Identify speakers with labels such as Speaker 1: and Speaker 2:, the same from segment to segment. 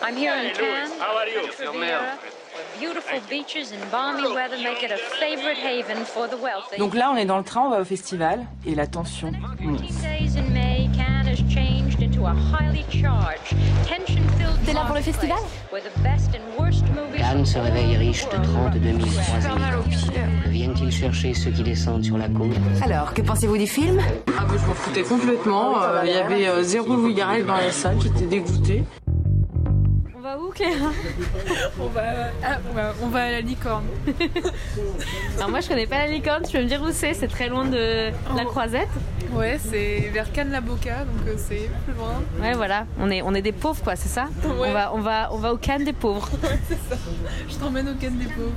Speaker 1: I'm here in Cannes.
Speaker 2: How are you?
Speaker 1: Riviera. Beautiful beaches and balmy weather make it a favorite haven for the wealthy.
Speaker 3: Donc là, on est dans le train, on va au festival et la tension monte.
Speaker 1: 15 days in May, Cannes has changed into a highly charged, tension-filled
Speaker 4: T'es là pour le
Speaker 1: marketplace
Speaker 4: festival
Speaker 1: where the best and worst movies
Speaker 5: Cannes se
Speaker 1: from all
Speaker 5: réveille
Speaker 1: the
Speaker 5: riche de
Speaker 1: world
Speaker 5: 32 000
Speaker 6: Faire mal aux pieds.
Speaker 5: Viennent-ils chercher ceux qui descendent sur la côte
Speaker 4: Alors, que pensez-vous du film
Speaker 3: Ah, bah, je m'en foutais complètement. euh, Il y avait euh, zéro vulgarité dans la salle, j'étais dégoûtée.
Speaker 4: On va où, Cléa
Speaker 6: On va, ah, on va- on va à la licorne.
Speaker 4: Alors moi, je connais pas la licorne. Tu peux me dire où c'est C'est très loin de la Croisette.
Speaker 6: Oh. Ouais, c'est vers Cannes-la-Boca, donc euh, c'est plus loin.
Speaker 4: Ouais, voilà. On est, on est des pauvres, quoi. C'est ça On va, on va, on va au Cannes des pauvres.
Speaker 6: Je t'emmène au Cannes des pauvres.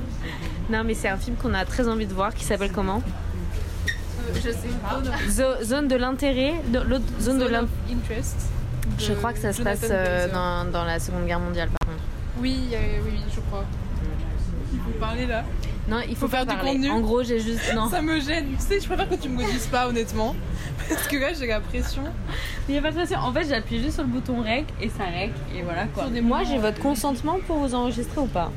Speaker 4: Non, mais c'est un film qu'on a très envie de voir, qui s'appelle comment
Speaker 6: Euh, je sais pas. non.
Speaker 4: Zo- Zone de l'intérêt, de- l'autre zone de
Speaker 6: Zone
Speaker 4: l'intérêt.
Speaker 6: of Interest. de
Speaker 4: Je crois que ça se
Speaker 6: Jonathan
Speaker 4: passe euh,
Speaker 6: Glazer.
Speaker 4: dans, dans la Seconde Guerre mondiale, par contre.
Speaker 6: Oui, euh, oui, oui, je crois. Il faut parler là.
Speaker 4: Non, il faut,
Speaker 6: Faut faire
Speaker 4: pas
Speaker 6: du
Speaker 4: parler.
Speaker 6: contenu.
Speaker 4: En gros, j'ai juste non.
Speaker 6: Ça me gêne. Tu sais, je préfère que tu me dises pas, honnêtement. Parce que là, j'ai la pression.
Speaker 4: Il y a pas de pression. En fait, j'appuie juste sur le bouton rec et ça rec et voilà quoi.
Speaker 6: Sur des
Speaker 4: Moi,
Speaker 6: moments-
Speaker 4: j'ai votre consentement pour vous enregistrer ou pas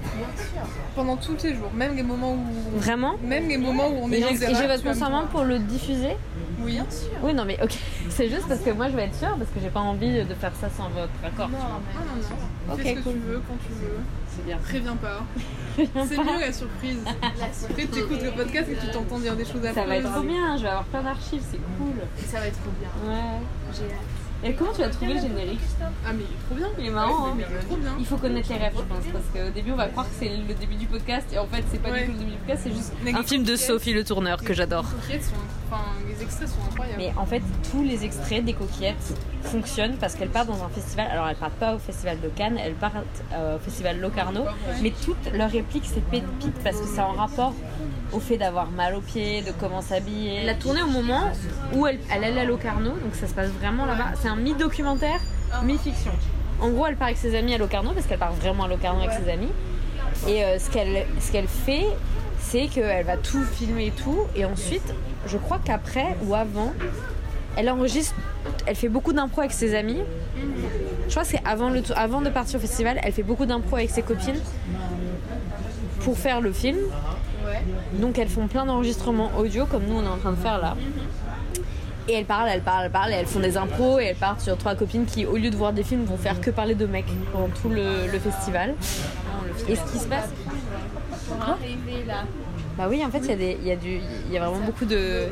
Speaker 6: Pendant tous les jours, même les moments où.
Speaker 4: Vraiment
Speaker 6: Même les moments où on est
Speaker 4: Et
Speaker 6: dans
Speaker 4: j'ai
Speaker 6: des
Speaker 4: et
Speaker 6: erreurs,
Speaker 4: j'ai votre
Speaker 6: tu vas me
Speaker 4: consentement pour le diffuser
Speaker 6: dire, Oui.
Speaker 4: Oui, non, mais ok. C'est juste parce que moi, je vais être sûre parce que j'ai pas envie de faire ça sans votre accord. tu
Speaker 6: Non,
Speaker 4: vois.
Speaker 6: Ah, non, non.
Speaker 4: Ok,
Speaker 6: Fais ce que
Speaker 4: cool.
Speaker 6: tu veux, quand tu veux.
Speaker 4: C'est bien.
Speaker 6: Préviens pas. C'est mieux la surprise. Après, tu écoutes le podcast et tu t'entends dire des choses après.
Speaker 4: Ça va être trop bien. Je vais avoir plein d'archives. C'est cool.
Speaker 6: Ça va être trop bien.
Speaker 4: Ouais. Et comment tu as trouvé le générique
Speaker 6: Ah, mais il est trop bien.
Speaker 4: Il est marrant. hein.
Speaker 6: Mais il est trop bien.
Speaker 4: Il faut connaître les rêves, je pense, parce qu'au début, on va croire que c'est le début du podcast, et en fait, c'est pas
Speaker 6: Ouais.
Speaker 4: du tout le début du podcast, c'est juste
Speaker 6: Mais
Speaker 4: un
Speaker 6: les
Speaker 4: film de
Speaker 6: extraits-
Speaker 4: Sophie Le Tourneur que j'adore.
Speaker 6: Les coquillettes sont- Enfin, les extraits sont incroyables.
Speaker 4: Mais en fait, tous les extraits des coquillettes fonctionnent parce qu'elles partent dans un festival. Alors, elles partent pas au festival de Cannes, elles partent euh, au festival Locarno. Mais toutes leurs répliques, c'est pépites parce que c'est en rapport au fait d'avoir mal aux pieds, de comment s'habiller. Elle a tourné au moment où elle, elle allait à Locarno, donc ça se passe vraiment là-bas. C'est un mi-documentaire, mi-fiction. En gros, elle part avec ses amis à Locarno parce qu'elle part vraiment à Locarno avec ses amis. Et euh, ce qu'elle ce qu'elle fait, c'est qu'elle va tout filmer et tout. Et ensuite, je crois qu'après ou avant, elle enregistre, elle fait beaucoup d'impro avec ses amis. Je crois que c'est avant, le, avant de partir au festival, elle fait beaucoup d'impro avec ses copines pour faire le film. Donc elles font plein d'enregistrements audio comme nous on est en train de faire là. Et elles parlent, elles parlent, elles parlent, et elles font des impros et elles partent sur trois copines qui, au lieu de voir des films, vont faire que parler de mecs pendant tout le, le festival. Et ce qui se passe. Quoi Bah oui, en fait, il y, a des- il y, a du- il y a vraiment beaucoup de.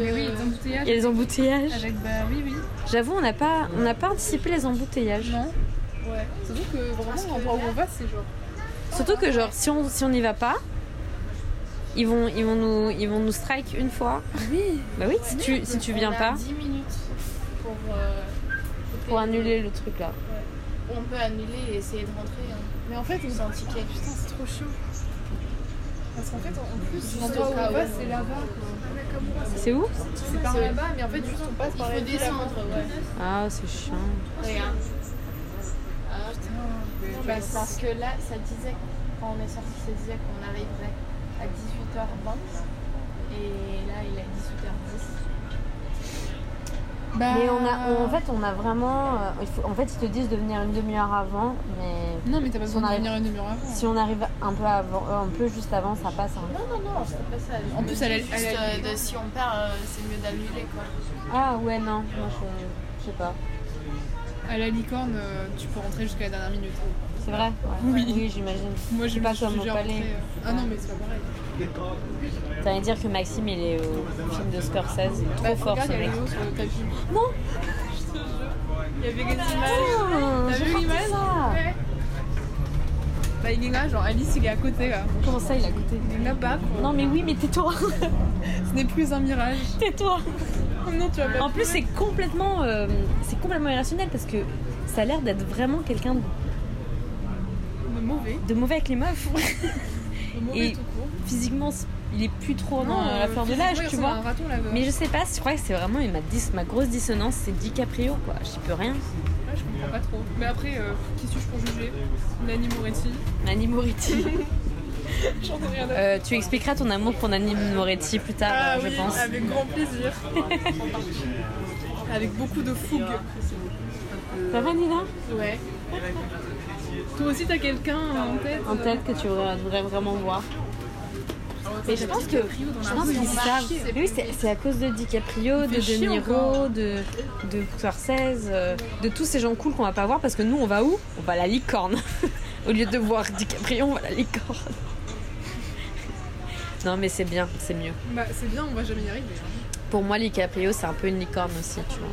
Speaker 6: Mais oui, les embouteillages.
Speaker 4: Il y a des embouteillages.
Speaker 6: Avec, bah oui, oui.
Speaker 4: J'avoue, on n'a pas, on n'a pas anticipé les embouteillages.
Speaker 6: Ouais. Surtout que vraiment, l'endroit où on va, c'est genre.
Speaker 4: Surtout que genre, si on si on n'y va pas, ils vont, ils vont nous, ils vont nous strike une fois.
Speaker 6: Oui.
Speaker 4: Bah oui, si tu, si tu viens
Speaker 7: on a
Speaker 4: pas,
Speaker 7: 10 minutes pour, euh,
Speaker 4: pour annuler le truc là.
Speaker 7: On peut annuler et essayer de rentrer. hein.
Speaker 6: Mais en fait, on
Speaker 7: Sans ticket.
Speaker 6: Putain, c'est trop chaud. Parce qu'en fait, en plus,
Speaker 7: Juste
Speaker 6: l'endroit où
Speaker 7: là
Speaker 6: on
Speaker 7: où
Speaker 6: va,
Speaker 7: on
Speaker 6: c'est
Speaker 7: va.
Speaker 6: là-bas.
Speaker 4: C'est où
Speaker 6: C'est par là-bas, mais en fait, juste on passe
Speaker 7: Il
Speaker 6: par
Speaker 7: faut descendre, ouais.
Speaker 4: Ah, c'est chiant.
Speaker 7: Regarde. Ah,
Speaker 6: Bah,
Speaker 7: parce,
Speaker 6: c'est-
Speaker 7: que là, ça disait, quand on est sorti, ça disait qu'on arriverait à 18h20. Et là, il est 18h10.
Speaker 6: Bah,
Speaker 4: Mais on a, on- en fait, on a vraiment, euh, il faut- en fait, ils te disent de venir une demi-heure avant, mais
Speaker 6: Non, mais t'as pas besoin
Speaker 4: on
Speaker 6: de
Speaker 4: arrive-
Speaker 6: venir une demi-heure avant.
Speaker 4: si on arrive un peu avant, euh, un peu juste avant, ça passe. hein.
Speaker 7: Non, non, non, c'est pas ça. Je
Speaker 6: En
Speaker 7: me
Speaker 6: plus,
Speaker 7: dis
Speaker 6: elle a-
Speaker 7: juste,
Speaker 6: elle a-
Speaker 7: euh, de, si on part, euh, c'est mieux d'annuler quoi.
Speaker 4: Ah ouais, non, moi je, je sais pas.
Speaker 6: À la licorne, euh, tu peux rentrer jusqu'à la dernière minute.
Speaker 4: C'est vrai
Speaker 6: Oui.
Speaker 4: oui j'imagine.
Speaker 6: Moi, j'ai
Speaker 4: Pas
Speaker 6: je suis
Speaker 4: comme au
Speaker 6: déjà
Speaker 4: palais.
Speaker 6: rentrée, euh, Ah non, mais c'est pas pareil.
Speaker 4: T'allais dire que Maxime il est au film de Scorsese, il est trop
Speaker 6: Bah,
Speaker 4: fort
Speaker 6: regarde,
Speaker 4: ce
Speaker 6: il y a
Speaker 4: mec.
Speaker 6: Léo sur le tapis.
Speaker 4: Non.
Speaker 6: Je te jure. Il y avait des images.
Speaker 4: Ah,
Speaker 6: T'as
Speaker 4: j'ai
Speaker 6: vu
Speaker 4: raté
Speaker 6: l'image
Speaker 4: ça.
Speaker 6: Bah, il est là, genre Alice, il est à côté là.
Speaker 4: Comment ça il a goûté
Speaker 6: Il est là-bas. quoi.
Speaker 4: Non mais oui mais tais-toi,
Speaker 6: Ce n'est plus un mirage.
Speaker 4: tais-toi.
Speaker 6: Oh non, tu vas pas
Speaker 4: En plus c'est complètement, euh, c'est complètement irrationnel parce que ça a l'air d'être vraiment quelqu'un
Speaker 6: Le mauvais.
Speaker 4: de mauvais avec les meufs.
Speaker 6: Le mauvais
Speaker 4: Et-
Speaker 6: tout court.
Speaker 4: Physiquement c'est- il est plus trop dans
Speaker 6: euh,
Speaker 4: la fleur de
Speaker 6: physiquement,
Speaker 4: l'âge
Speaker 6: il
Speaker 4: tu
Speaker 6: ressemble à
Speaker 4: vois.
Speaker 6: un raton là-bas.
Speaker 4: Mais je sais pas, je crois que c'est vraiment ma, dis- ma grosse dissonance, c'est DiCaprio quoi, j'y peux rien.
Speaker 6: Ouais, je comprends pas trop. Mais après, euh, qui suis-je pour juger Nani Moretti.
Speaker 4: Nanni Moretti.
Speaker 6: J'en ai rien à
Speaker 4: Euh, tu expliqueras ton amour pour Nanni Moretti plus tard,
Speaker 6: Ah
Speaker 4: je
Speaker 6: oui,
Speaker 4: pense.
Speaker 6: avec grand plaisir. avec beaucoup de fougue.
Speaker 4: Ça va Nina
Speaker 6: Ouais. Toi aussi, t'as quelqu'un en tête euh,
Speaker 4: en tête que tu voudrais voudrais vraiment voir. Mais je pense que je pense qu'ils savent. Mais oui, c'est c'est à cause de DiCaprio, de
Speaker 6: fait chier
Speaker 4: De Niro,
Speaker 6: encore.
Speaker 4: de, de Scorsese, euh, de tous ces gens cool qu'on va pas voir parce que nous, on va où On va à la licorne. Au lieu de voir DiCaprio, on va à la licorne. Non, mais c'est bien, c'est mieux.
Speaker 6: Bah, c'est bien, on va jamais y arriver. hein.
Speaker 4: Pour moi, DiCaprio, c'est un peu une licorne aussi, tu vois.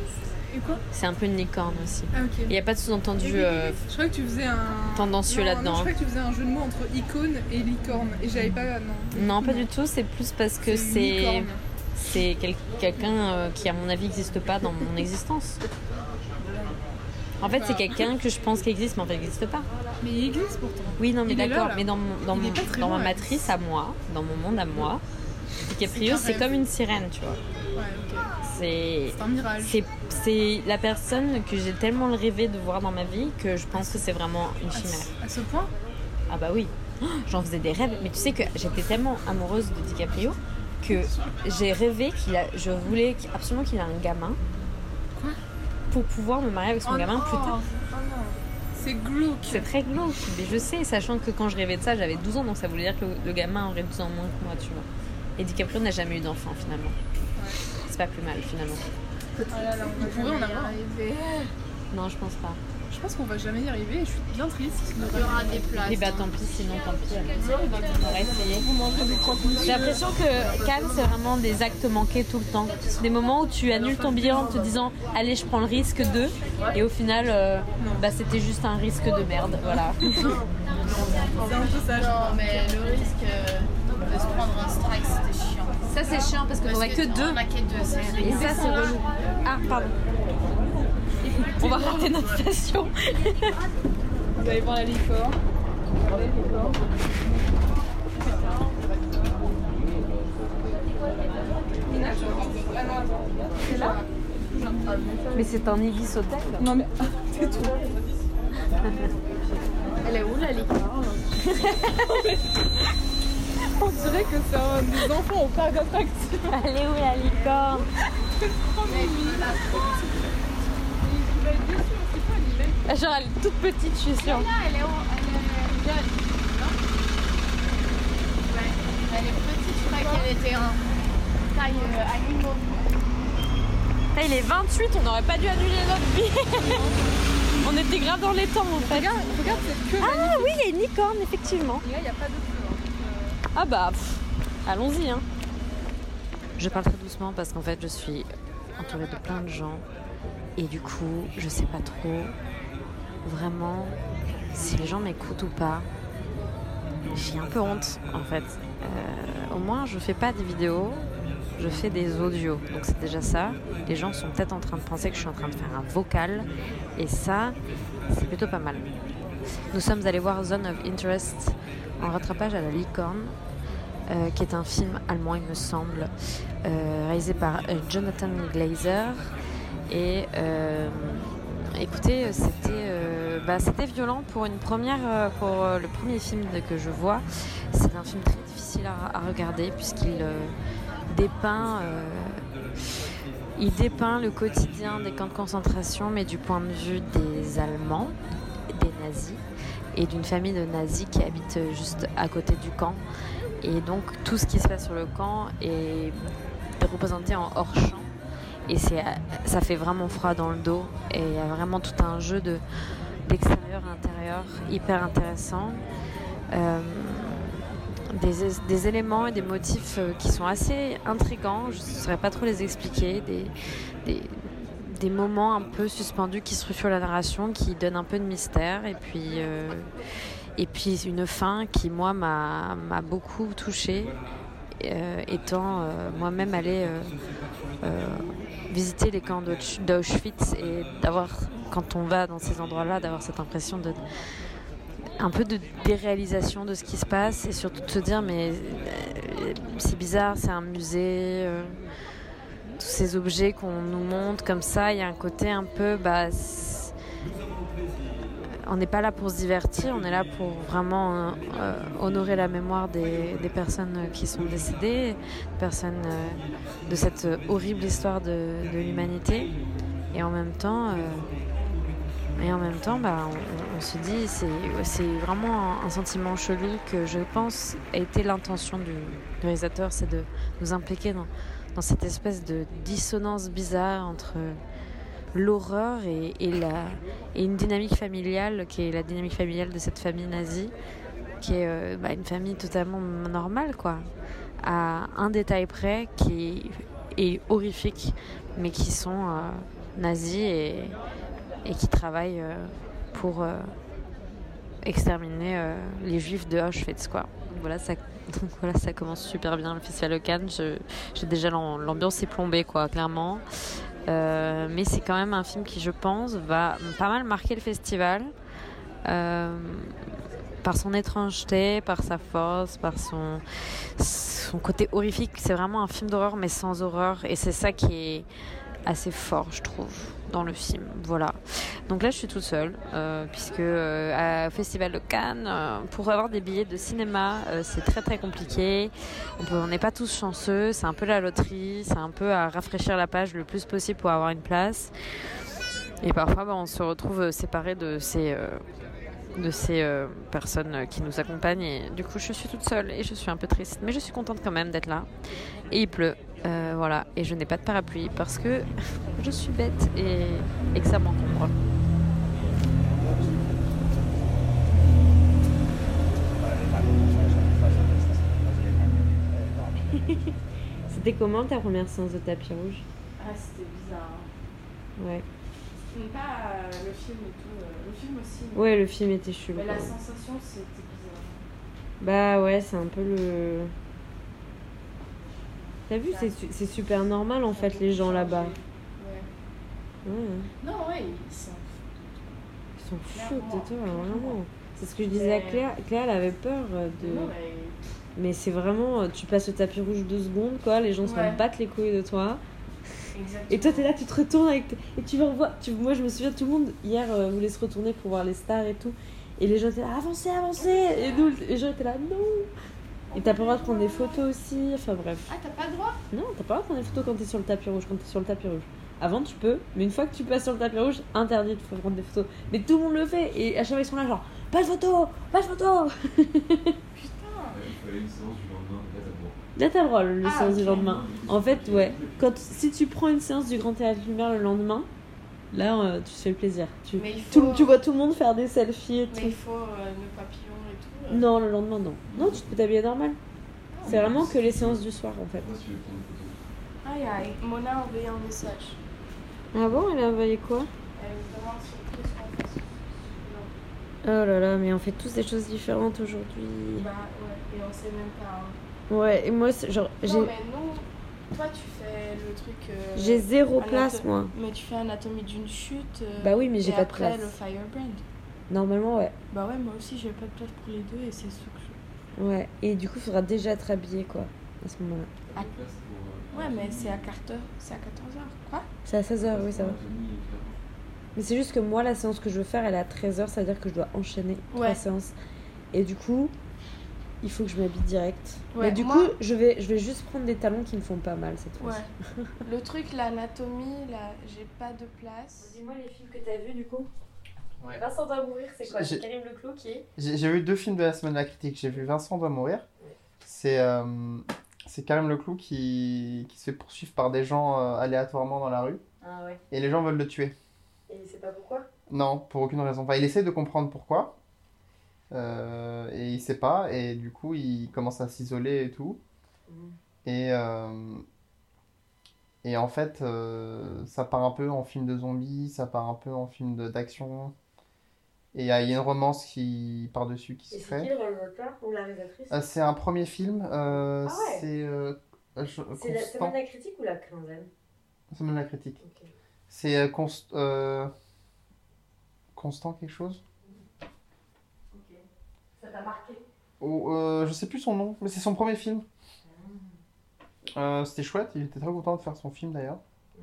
Speaker 6: Et quoi
Speaker 4: C'est un peu une licorne aussi.
Speaker 6: Ah, ok.
Speaker 4: Il n'y a pas de sous-entendu. euh,
Speaker 6: Je crois que tu faisais un.
Speaker 4: Tendancieux
Speaker 6: Non,
Speaker 4: là-dedans,
Speaker 6: non, Je
Speaker 4: hein.
Speaker 6: crois que tu faisais un jeu de mots entre icône et licorne. Et j'avais pas. Non.
Speaker 4: Non, pas du tout. C'est plus parce que c'est
Speaker 6: licorne.
Speaker 4: c'est quel- quelqu'un euh, qui, à mon avis, n'existe pas dans mon existence. En fait, c'est quelqu'un que je pense qui existe, mais en fait, il n'existe pas.
Speaker 6: Mais il existe pourtant.
Speaker 4: Oui, non, mais
Speaker 6: Il est
Speaker 4: d'accord.
Speaker 6: là, là.
Speaker 4: Mais dans, mon- dans,
Speaker 6: Il est
Speaker 4: mon-
Speaker 6: pas très
Speaker 4: dans ma
Speaker 6: loin,
Speaker 4: matrice à moi, dans mon monde à moi, DiCaprio,
Speaker 6: C'est
Speaker 4: c'est
Speaker 6: un
Speaker 4: comme
Speaker 6: rêve.
Speaker 4: une sirène, tu vois.
Speaker 6: Ouais, ok.
Speaker 4: C'est.
Speaker 6: C'est un mirage.
Speaker 4: c'est- C'est la personne que j'ai tellement rêvé de voir dans ma vie que je pense que c'est vraiment une
Speaker 6: À
Speaker 4: chimère.
Speaker 6: ce- À ce point
Speaker 4: Ah bah oui, Oh, j'en faisais des rêves. Mais tu sais que j'étais tellement amoureuse de DiCaprio que j'ai rêvé qu'il a... Je voulais qu'- absolument qu'il ait un gamin pour pouvoir me marier avec son
Speaker 6: Oh
Speaker 4: gamin
Speaker 6: non.
Speaker 4: plus tard.
Speaker 6: Oh non. C'est glauque.
Speaker 4: C'est très glauque, mais je sais, sachant que quand je rêvais de ça, j'avais 12 ans, donc ça voulait dire que le, le gamin aurait 12 ans moins que moi, tu vois. Et DiCaprio n'a jamais eu d'enfant, finalement. C'est pas plus mal, finalement.
Speaker 7: Oh là là, on
Speaker 6: On
Speaker 7: va
Speaker 6: pourrait en
Speaker 7: jamais y
Speaker 6: avoir.
Speaker 7: arriver.
Speaker 4: Non, je pense pas.
Speaker 6: Je pense qu'on va jamais y arriver et je suis bien triste.
Speaker 7: Il y aura des places.
Speaker 4: Et bah tant pis, sinon tant pis. On va essayer. J'ai l'impression que Cannes, c'est vraiment des actes manqués tout le temps. Des moments où tu annules ton billet en te disant Allez, je prends le risque de. Et au final, euh, bah, c'était juste un risque de merde. Voilà.
Speaker 6: C'est un peu ça. je
Speaker 7: Non, mais le risque euh, de se prendre un strike, c'était chiant.
Speaker 4: Ça, c'est chiant parce qu'on
Speaker 7: Parce
Speaker 4: a que
Speaker 7: on
Speaker 4: deux.
Speaker 7: en a que deux, c'est
Speaker 4: Et
Speaker 7: réglé.
Speaker 4: ça, c'est relou. Ah, pardon. On va rater notre station.
Speaker 6: Vous allez voir la licorne.
Speaker 4: Mais c'est un Ibis Hotel.
Speaker 6: Non mais c'est tout.
Speaker 7: Elle est où la licorne
Speaker 6: On dirait que c'est un des enfants au parc d'attractions.
Speaker 4: Allez, où la licorne
Speaker 6: Il va être déçu, c'est quoi l'hiver
Speaker 4: Ah, Genre, elle est toute petite, je suis sûre.
Speaker 7: Là, elle est où Elle est jeune, non Ouais, elle est petite, je crois qu'elle était en taille euh, animaux.
Speaker 4: Ah, il est 28, on n'aurait pas dû annuler notre billet. on était grave dans les temps en fait.
Speaker 6: Regarde, regarde cette queue.
Speaker 4: Ah oui, il y a une licorne, effectivement.
Speaker 6: Et là, il n'y a pas de hein, queue. euh,
Speaker 4: Ah bah, pff, allons-y. Hein. Je parle très doucement parce qu'en fait, je suis entourée de plein de gens. Et du coup, je sais pas trop vraiment si les gens m'écoutent ou pas. J'ai un peu honte en fait. Euh, au moins, je fais pas des vidéos, je fais des audios. Donc c'est déjà ça. Les gens sont peut-être en train de penser que je suis en train de faire un vocal. Et ça, c'est plutôt pas mal. Nous sommes allés voir Zone of Interest en rattrapage à la licorne, euh, qui est un film allemand, il me semble, euh, réalisé par euh, Jonathan Glazer. Et euh, écoutez, c'était euh, bah, c'était violent pour une première, euh, pour euh, le premier film de- que je vois. C'est un film très difficile à, à regarder puisqu'il euh, dépeint. euh, il dépeint le quotidien des camps de concentration, mais du point de vue des Allemands, des nazis et d'une famille de nazis qui habite juste à côté du camp. Et donc tout ce qui se passe sur le camp est représenté en hors champ. Et c'est, ça fait vraiment froid dans le dos. Et il y a vraiment tout un jeu de, d'extérieur à intérieur hyper intéressant. Euh, des, des éléments et des motifs euh, qui sont assez intrigants. Je ne saurais pas trop les expliquer. Des, des, des moments un peu suspendus qui structurent la narration, qui donnent un peu de mystère, et puis, euh, et puis une fin qui, moi, m'a m'a beaucoup touchée, euh, étant euh, moi-même allée euh, euh, visiter les camps d'Ausch- d'Auschwitz et d'avoir, quand on va dans ces endroits-là, d'avoir cette impression de un peu de déréalisation de ce qui se passe et surtout de se dire mais euh, c'est bizarre, c'est un musée. euh, tous ces objets qu'on nous montre comme ça, il y a un côté un peu. Bah, c'est- on n'est pas là pour se divertir, on est là pour vraiment euh, euh, honorer la mémoire des, des personnes qui sont décédées, des personnes euh, de cette horrible histoire de, de l'humanité. Et en même temps, euh, Et en même temps, bah, on, on se dit, c'est c'est vraiment un, un sentiment chelou que je pense a été l'intention du, du réalisateur, c'est de nous impliquer dans, dans cette espèce de dissonance bizarre entre l'horreur et, et la, et une dynamique familiale qui est la dynamique familiale de cette famille nazie, qui est euh, bah, une famille totalement normale, quoi, à un détail près qui est horrifique, mais qui sont euh, nazis et et qui travaille euh, pour euh, exterminer euh, les juifs de Auschwitz quoi. Donc Voilà ça donc voilà ça commence super bien le festival de Cannes, Je- j'ai déjà l'am- l'ambiance est plombée quoi clairement. Euh, mais c'est quand même un film qui je pense va pas mal marquer le festival euh, par son étrangeté, par sa force, par son son côté horrifique, c'est vraiment un film d'horreur mais sans horreur et c'est ça qui est assez fort je trouve dans le film. Voilà. Donc là, je suis toute seule, euh, puisque euh, à- au Festival de Cannes, euh, pour avoir des billets de cinéma, euh, c'est très très compliqué. On peut- On n'est pas tous chanceux, c'est un peu la loterie, c'est un peu à rafraîchir la page le plus possible pour avoir une place. Et parfois, bah, on se retrouve euh, séparés de ces, euh, de ces euh, personnes euh, qui nous accompagnent. Et du coup, je suis toute seule et je suis un peu triste, mais je suis contente quand même d'être là. Et il pleut. Euh, voilà, et je n'ai pas de parapluie parce que je suis bête et, et que ça m'encombre.
Speaker 3: C'était comment ta première séance de tapis rouge
Speaker 7: Ah, c'était bizarre. hein.
Speaker 3: Ouais.
Speaker 7: Mais Pas euh, le film et tout. euh, le film aussi. mais-
Speaker 3: Ouais, le film était chelou.
Speaker 7: Mais la
Speaker 3: quoi.
Speaker 7: sensation, c'était bizarre.
Speaker 3: Bah ouais, c'est un peu le. T'as vu, c'est su- c'est super normal en fait, les gens là-bas.
Speaker 7: Ouais.
Speaker 3: Ouais, hein.
Speaker 7: Non, ouais, ils sont.
Speaker 3: ils s'en foutent
Speaker 7: Clairement,
Speaker 3: de toi, hein, vraiment. C'est ce que je disais à Claire. Claire, elle avait peur euh, de.
Speaker 7: Non, mais.
Speaker 3: Mais c'est vraiment, euh, tu passes le tapis rouge deux secondes, quoi, les gens se
Speaker 7: Ouais.
Speaker 3: battent les couilles de toi.
Speaker 7: Exactement.
Speaker 3: Et toi, t'es là, tu te retournes avec. tes- Et tu vas voir. Tu... Moi, je me souviens, tout le monde, hier, euh, voulait se retourner pour voir les stars et tout. Et les gens étaient là, avancez, avancez Et nous, les gens étaient là, non Et t'as pas le droit de prendre des photos aussi, enfin bref.
Speaker 8: Ah, t'as pas le droit
Speaker 3: Non, t'as pas le droit de prendre des photos quand t'es sur le tapis rouge. Quand t'es sur le tapis rouge. Avant, tu peux, mais une fois que tu passes sur le tapis rouge, interdit de prendre des photos. Mais tout le monde le fait, et à chaque fois, ils sont là, genre, pas de photo Pas de photo
Speaker 9: Il fallait une séance du lendemain, là, d'abord.
Speaker 3: Là, t'as le droit, le
Speaker 8: Ah,
Speaker 3: séance du
Speaker 8: ok.
Speaker 3: lendemain. En fait, ouais. Quand, si tu prends une séance du Grand Théâtre Lumière le lendemain, là, euh, tu te fais plaisir. Tu,
Speaker 7: Mais il
Speaker 3: tout-
Speaker 7: faut-
Speaker 3: tu vois tout le monde faire des selfies et
Speaker 7: Mais il
Speaker 3: tout.
Speaker 7: faut euh, le papillon et tout. euh.
Speaker 3: Non, le lendemain, non. Non, tu peux t'habiller normal. C'est vraiment que les séances du soir, en fait.
Speaker 9: Moi, si tu veux prendre une photo.
Speaker 7: Aïe aïe. Mona a envoyé un message.
Speaker 3: Ah bon, elle a envoyé quoi
Speaker 7: Elle me demande si on peut se rencontrer. Non.
Speaker 3: Oh là là, mais on fait tous des choses différentes aujourd'hui.
Speaker 7: Bah ouais, et on sait même pas. hein.
Speaker 3: Ouais, et moi, c'est- genre, j'ai
Speaker 7: Non, mais nous, toi, tu fais le truc. euh,
Speaker 3: j'ai zéro
Speaker 7: Anatole.
Speaker 3: place, moi.
Speaker 7: Mais tu fais anatomie d'une chute. euh,
Speaker 3: Bah oui, mais j'ai
Speaker 7: et
Speaker 3: pas de
Speaker 7: après,
Speaker 3: place.
Speaker 7: le firebrand.
Speaker 3: Normalement, ouais.
Speaker 7: Bah ouais, moi aussi, j'ai pas de place pour les deux et c'est ce que je.
Speaker 3: Ouais, et du coup, faudra déjà être habillé, quoi, à ce moment-là.
Speaker 9: Il y a une place pour, euh,
Speaker 7: Ah. Ouais, mais c'est à 14h. C'est à 14h. Quoi
Speaker 3: C'est à 16h, oui, ça va.
Speaker 9: Anthony et Claire.
Speaker 3: Mais c'est juste que moi, la séance que je veux faire, elle est à 13h, ça veut dire que je dois enchaîner trois
Speaker 7: Ouais.
Speaker 3: séances. Et du coup, il faut que je m'habille direct.
Speaker 7: Ouais,
Speaker 3: Mais du
Speaker 7: moi-
Speaker 3: coup, je vais, je vais juste prendre des talons qui me font pas mal cette fois.
Speaker 7: Ouais. le truc, l'anatomie, là, j'ai pas de place.
Speaker 1: Dis-moi les films que t'as vus du coup.
Speaker 10: Ouais.
Speaker 1: Vincent doit mourir, c'est quoi
Speaker 10: J'ai-
Speaker 1: C'est Karim Leclou qui est
Speaker 10: J'ai j'ai vu deux films de la semaine de la critique. J'ai vu Vincent doit mourir. C'est euh, c'est Karim Leclou qui, qui se fait poursuivre par des gens euh, aléatoirement dans la rue.
Speaker 1: Ah ouais.
Speaker 10: Et les gens veulent le tuer.
Speaker 1: Et il sait pas pourquoi
Speaker 10: Non, pour aucune raison. Enfin, il essaie de comprendre pourquoi. Euh, et il sait pas. Et du coup, il commence à s'isoler et tout.
Speaker 1: Mhm.
Speaker 10: Et, euh, et en fait, euh, ça part un peu en film de zombies, ça part un peu en film de- d'action. Et euh, il y a une romance qui par-dessus qui se
Speaker 1: Et
Speaker 10: crée.
Speaker 1: c'est qui le réalisateur ou la réalisatrice
Speaker 10: Euh, c'est un premier film. euh,
Speaker 1: Ah ouais.
Speaker 10: C'est euh, je-
Speaker 1: C'est la
Speaker 10: Constant.
Speaker 1: semaine de la critique ou la quinzaine
Speaker 10: Semaine de la critique.
Speaker 1: Ok.
Speaker 10: C'est euh, Const- euh, Constant quelque chose.
Speaker 1: Ok. Ça t'a marqué
Speaker 10: Oh, euh, je sais plus son nom, mais c'est son premier film.
Speaker 1: Ah.
Speaker 10: Euh, C'était chouette. Il était très content de faire son film d'ailleurs.
Speaker 1: Mm.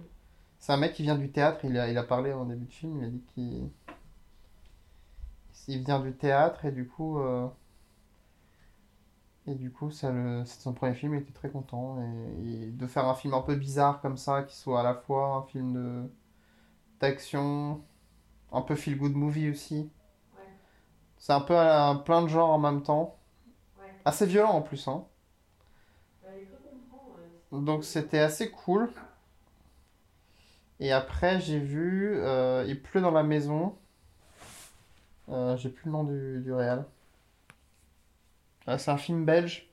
Speaker 10: C'est un mec qui vient du théâtre. Il a, il a parlé en début de film. Il a dit qu'il il vient du théâtre et du coup. euh, Et du coup, ça le... c'était son premier film, il était très content. Et... et de faire un film un peu bizarre comme ça, qui soit à la fois un film de d'action, un peu feel good movie aussi. Ouais. C'est un peu à, à plein de genres en même temps. Ouais. Bah, Assez violent en plus. Hein. Donc c'était assez cool. Et après j'ai vu euh, Il pleut dans la maison. Euh, j'ai plus le nom du, du réal. Euh, c'est un film belge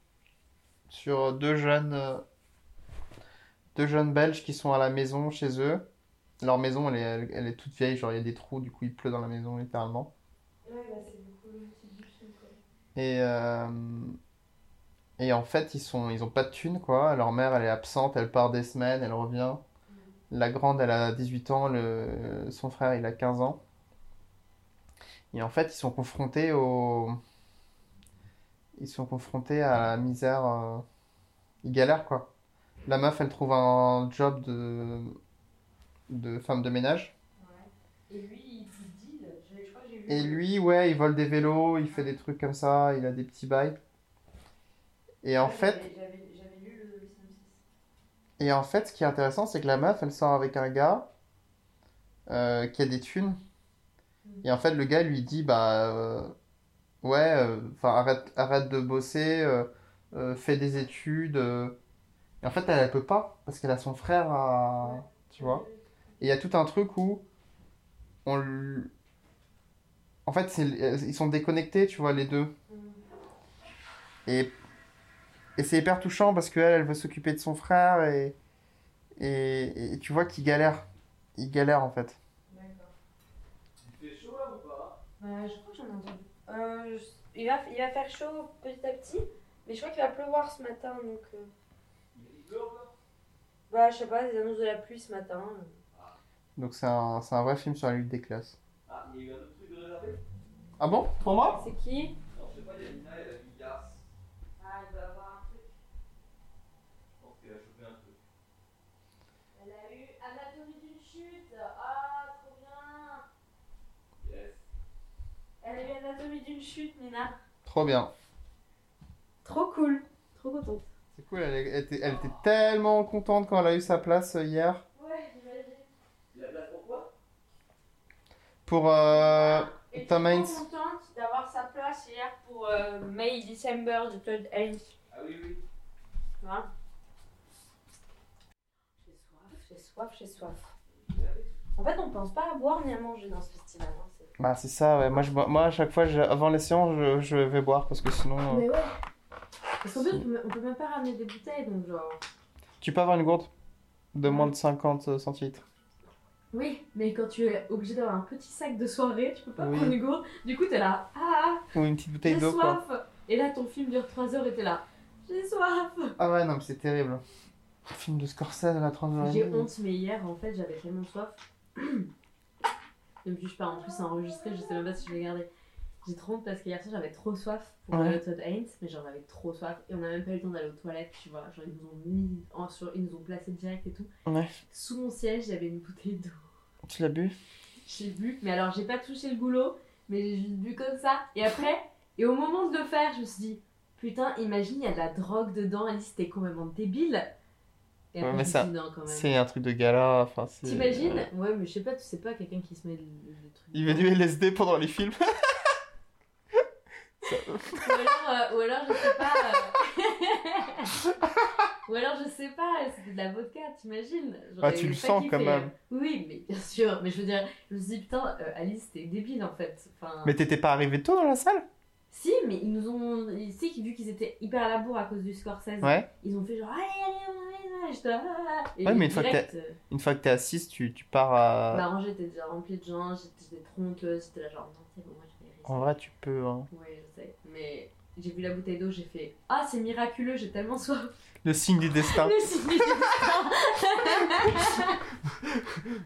Speaker 10: sur deux jeunes euh, deux jeunes belges qui sont à la maison chez eux. Leur maison, elle est, elle est toute vieille, genre il y a des trous, du coup il pleut dans la maison littéralement.
Speaker 11: Ouais, bah, c'est beaucoup le titre du film, quoi.
Speaker 10: Et, euh... et en fait, ils, sont... ils ont pas de thunes, quoi. Leur mère, elle est absente, elle part des semaines, elle revient.
Speaker 11: Mm.
Speaker 10: Mmh. La grande, elle a 18 ans, le... son frère, il a 15 ans. Et en fait, ils sont confrontés au... Ils sont confrontés à la misère. Euh... Ils galèrent, quoi la meuf elle trouve un job de, de femme de ménage.
Speaker 11: Ouais. Et lui, il deal. Je, je crois que j'ai vu.
Speaker 10: Et lui, ouais, il vole des vélos, il fait des trucs comme ça, il a des petits bails. Et en
Speaker 11: ouais,
Speaker 10: fait.
Speaker 11: J'avais, j'avais lu le, le synopsis.
Speaker 10: Et en fait, ce qui est intéressant, c'est que la meuf elle sort avec un gars euh, qui a des thunes.
Speaker 11: Mm.
Speaker 10: Mmh. Et en fait, le gars lui dit Bah. Euh, ouais, enfin, euh, arrête, arrête de bosser, euh, fais des études. euh. Et en fait, elle ne peut pas parce qu'elle a son frère à. Ouais. Tu vois Et il y a tout un truc où. On l... En fait, c'est... euh, ils sont déconnectés, tu vois, les deux. Et. Et c'est hyper touchant parce qu'elle, elle veut s'occuper de son frère et. Et, et tu vois qu'il galère. Il galère en fait.
Speaker 11: D'accord.
Speaker 9: Il fait chaud là ou pas
Speaker 11: euh, Je crois que j'en ai entendu. Euh, je... il, va... il, va, faire chaud petit à petit, mais je crois qu'il va pleuvoir ce matin donc. Euh... Bah, je sais pas, des annonces de la pluie ce matin. euh.
Speaker 10: Donc, c'est un, c'est un vrai film sur la lutte des classes.
Speaker 9: Ah, il y a eu un autre truc de la
Speaker 10: Ah bon Pour moi
Speaker 11: C'est qui
Speaker 9: Non, je sais pas, il y a Nina, elle a vu Yas.
Speaker 11: Ah, elle doit avoir un truc.
Speaker 9: Je pense qu'elle a chopé un truc.
Speaker 11: Elle a eu Anatomie d'une chute. Ah, trop bien
Speaker 9: Yes.
Speaker 11: Elle a eu Anatomie d'une chute, Nina.
Speaker 10: Trop bien.
Speaker 11: Trop cool. Trop contente.
Speaker 10: C'est cool, elle était, elle était, tellement contente quand elle a eu sa place euh, hier.
Speaker 11: Ouais, j'imagine.
Speaker 9: La place pour quoi
Speaker 10: Pour euh,
Speaker 11: Et
Speaker 10: Tom Hanks.
Speaker 11: contente d'avoir sa place hier pour euh, May December de Todd Haynes.
Speaker 9: Ah oui, oui.
Speaker 11: Tu vois J'ai soif, j'ai soif, j'ai soif.
Speaker 9: Ah
Speaker 11: En fait, on pense pas à boire ni à manger dans ce festival. Hein, c'est...
Speaker 10: Bah, c'est ça, ouais. Moi, je bois, moi à chaque fois, je, avant les séances, je, je, vais boire parce que sinon.
Speaker 11: Euh... Mais ouais.
Speaker 4: Parce qu'en plus, on peut même pas ramener des bouteilles, donc genre.
Speaker 10: Tu peux avoir une gourde de moins de 50 centilitres.
Speaker 4: Oui, mais quand tu es obligé d'avoir un petit sac de soirée, tu peux pas oui. prendre une gourde. Du coup, t'es là, ah
Speaker 10: Ou une petite bouteille
Speaker 4: J'ai
Speaker 10: d'eau,
Speaker 4: soif
Speaker 10: quoi.
Speaker 4: Et là, ton film dure 3 heures et t'es là, j'ai soif
Speaker 10: Ah ouais, non, mais c'est terrible. Le film de Scorsese à la 3 heures
Speaker 4: J'ai honte, mais hier, en fait, j'avais tellement soif. ne me juge pas, en plus, c'est enregistré, je sais même pas si je vais garder. J'ai trop honte parce qu'hier soir j'avais trop soif pour aller ouais. au Todd Haynes, mais j'en avais trop soif et on n'a même pas eu le temps d'aller aux toilettes, tu vois. Genre ils nous ont mis en sur, ils nous ont placé direct et tout.
Speaker 10: Ouais.
Speaker 4: Sous mon siège j'avais une bouteille d'eau.
Speaker 10: Tu l'as bu
Speaker 4: J'ai bu, mais alors j'ai pas touché le goulot, mais j'ai juste bu comme ça. Et après, et au moment de le faire, je me suis dit putain, imagine il y a de la drogue dedans, Alice c'était complètement débile. Et après,
Speaker 10: ouais, mais
Speaker 4: je
Speaker 10: ça,
Speaker 4: me suis dit, non, quand même.
Speaker 10: c'est un truc de gala. Enfin, c'est...
Speaker 4: T'imagines Ouais, mais je sais pas, tu sais pas quelqu'un qui se met le, le truc.
Speaker 10: Il met du LSD pendant les films.
Speaker 4: ou, alors, euh, ou alors, je sais pas. Euh... ou alors, je sais pas, c'était de la vodka, t'imagines Genre,
Speaker 10: ah, tu le sens
Speaker 4: kiffé.
Speaker 10: quand même.
Speaker 4: euh, Oui, mais bien sûr. Mais je veux dire, je me suis dit, putain, euh, Alice, t'es débile en fait. Enfin...
Speaker 10: Mais t'étais pas arrivé tôt dans la salle
Speaker 4: Si, mais ils nous ont. Tu sais, vu qu'ils étaient hyper à la bourre à cause du Scorsese,
Speaker 10: ouais.
Speaker 4: ils ont fait genre, allez, allez, allez, je te...
Speaker 10: Ouais, mais une, direct, fois que t'es... une fois que t'es assise, tu, tu pars à.
Speaker 4: Bah, j'étais déjà remplie de gens, j'étais trop honteuse, j'étais là genre, non, c'est bon, moi, je vais
Speaker 10: en vrai, tu peux. Hein.
Speaker 4: Oui, je sais. Mais j'ai vu la bouteille d'eau, j'ai fait Ah, c'est miraculeux, j'ai tellement soif.
Speaker 10: Le signe du destin.
Speaker 4: Le signe du
Speaker 10: destin.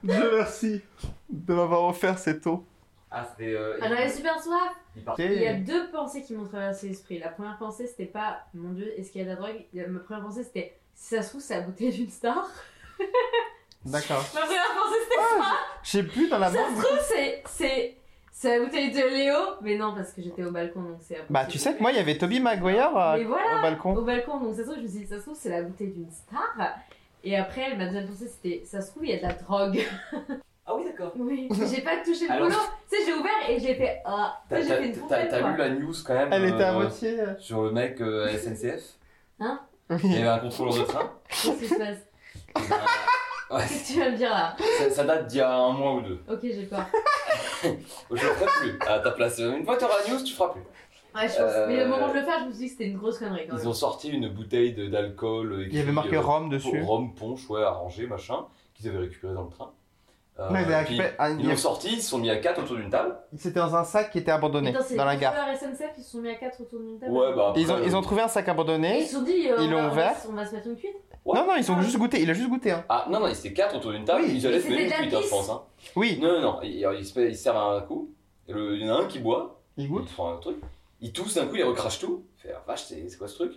Speaker 10: Dieu merci de m'avoir offert cette eau.
Speaker 9: Ah, c'était. Euh,
Speaker 4: Ah, j'avais super soif.
Speaker 9: Il
Speaker 4: Il
Speaker 10: Eh.
Speaker 9: partait.
Speaker 4: y a deux pensées qui m'ont traversé l'esprit. La première pensée, c'était pas Mon Dieu, est-ce qu'il y a de la drogue Ma première pensée, c'était Si ça se trouve, c'est la bouteille d'une star.
Speaker 10: D'accord.
Speaker 4: Ma première pensée, c'était
Speaker 10: Ah, J'ai bu dans la
Speaker 4: ça. Ça se
Speaker 10: main.
Speaker 4: trouve, c'est. c'est... C'est la bouteille de Léo, mais non, parce que j'étais au balcon, donc c'est.
Speaker 10: Bah, tu sais que moi, il y avait Toby Maguire euh,
Speaker 4: Mais voilà,
Speaker 10: au balcon.
Speaker 4: au balcon. Donc ça se trouve, je me suis dit, ça se trouve, c'est la bouteille d'une star. Et après, elle m'a déjà pensé, c'était, ça se trouve, il y a de la drogue.
Speaker 9: Ah oui, d'accord.
Speaker 3: d'accord.
Speaker 4: Oui.
Speaker 3: J'ai pas touché le
Speaker 9: Alors-
Speaker 3: boulot. Tu sais, j'ai ouvert et j'ai fait ah. Tu
Speaker 9: T'as
Speaker 3: sais, j'ai fait une
Speaker 9: t'as- t'as-
Speaker 3: trompette.
Speaker 9: t'as
Speaker 3: quoi.
Speaker 9: lu la news quand
Speaker 4: Euh,
Speaker 9: même
Speaker 10: Elle était à
Speaker 9: moitié. Sur le mec euh, SNCF
Speaker 3: Hein
Speaker 9: Il y avait un contrôleur de train.
Speaker 3: Qu'est-ce qui se passe
Speaker 9: Ouais,
Speaker 3: Qu'est-ce que tu vas me dire là
Speaker 9: ça, ça date d'il y a un mois ou deux.
Speaker 3: Ok, j'ai peur.
Speaker 9: Je le ferai plus. À ta place, Euh, une fois que t'auras la news, tu feras plus.
Speaker 3: Ouais, je pense.
Speaker 9: Euh,
Speaker 3: Mais le moment où je le fais, je me suis dit que c'était une grosse connerie quand même.
Speaker 9: Ils ont sorti une bouteille de- d'alcool. euh,
Speaker 10: Il y avait
Speaker 9: écrit,
Speaker 10: marqué
Speaker 9: euh,
Speaker 10: rhum dessus.
Speaker 9: Rhum, ponche, ouais, arrangé, machin, qu'ils avaient récupéré dans le train. Euh,
Speaker 10: Ouais, mais
Speaker 9: et puis,
Speaker 10: après, ah, il
Speaker 9: ils
Speaker 10: y a-
Speaker 9: l'ont sorti, ils se sont mis à quatre autour d'une table.
Speaker 10: C'était dans un sac qui était abandonné
Speaker 4: Attends, c'est
Speaker 10: dans la
Speaker 4: les
Speaker 10: gare.
Speaker 4: chauffeurs SNCF qui se sont mis à 4 autour d'une table.
Speaker 9: Ouais, bah après,
Speaker 10: Ils ont,
Speaker 9: euh,
Speaker 10: ils ont trouvé un sac abandonné.
Speaker 4: Ils se sont Ah. dit, euh,
Speaker 10: ils
Speaker 4: on va-
Speaker 10: l'ont
Speaker 4: on va
Speaker 10: ouvert.
Speaker 4: se- on va se mettre une cuite.
Speaker 10: Non, non, ils ont juste goûté. Il a juste goûté. Hein.
Speaker 9: Ah non, non, ils étaient quatre autour d'une table, ils allaient se
Speaker 4: Mais
Speaker 9: mettre une
Speaker 4: c'était de la
Speaker 9: cuite, hein, je
Speaker 4: pisse.
Speaker 9: pense. Hein.
Speaker 10: Oui.
Speaker 9: Non, non, non, ils, alors, ils se, ils se servent un coup, et le- il y en a un qui boit,
Speaker 10: il
Speaker 9: goûte, il prend un truc, il tousse d'un coup, il recrache tout, il fait ah, vache, c'est c'est quoi ce truc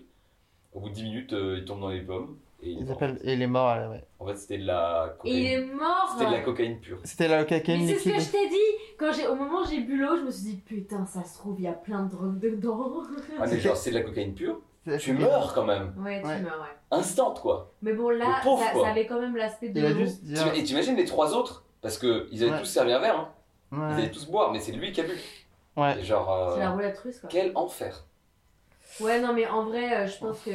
Speaker 9: Au bout de 10 minutes, euh, il tombe dans les pommes, et il est
Speaker 10: Ils
Speaker 9: mort.
Speaker 10: appellent. Et il est mort. elle, ouais.
Speaker 9: En fait, c'était de la
Speaker 4: Et il
Speaker 9: cocaïne.
Speaker 4: est mort. hein.
Speaker 9: C'était de la cocaïne pure.
Speaker 10: C'était la cocaïne
Speaker 4: Mais c'est ce
Speaker 10: liquide.
Speaker 4: que je t'ai dit quand j'ai au moment où j'ai bu l'eau, je me suis dit putain ça se trouve il y a plein de drogues dedans.
Speaker 9: Ah, mais genre, c'est de la cocaïne pure,
Speaker 10: la
Speaker 9: tu
Speaker 10: cocaïne.
Speaker 9: meurs quand même.
Speaker 4: Ouais, tu meurs, ouais.
Speaker 9: Instant, quoi.
Speaker 4: Mais bon là
Speaker 9: Le pauvre,
Speaker 4: ça,
Speaker 9: quoi.
Speaker 4: ça avait quand même l'aspect de l'eau.
Speaker 9: T'im- Et t'imagines les trois autres Parce que ils avaient
Speaker 4: Ouais.
Speaker 9: tous servi un verre, hein.
Speaker 10: Ouais.
Speaker 9: ils avaient tous boire, mais c'est lui qui a bu.
Speaker 10: Ouais.
Speaker 9: genre. euh,
Speaker 4: C'est la roulette russe quoi.
Speaker 9: Quel enfer
Speaker 4: Ouais non mais en vrai euh, je pense que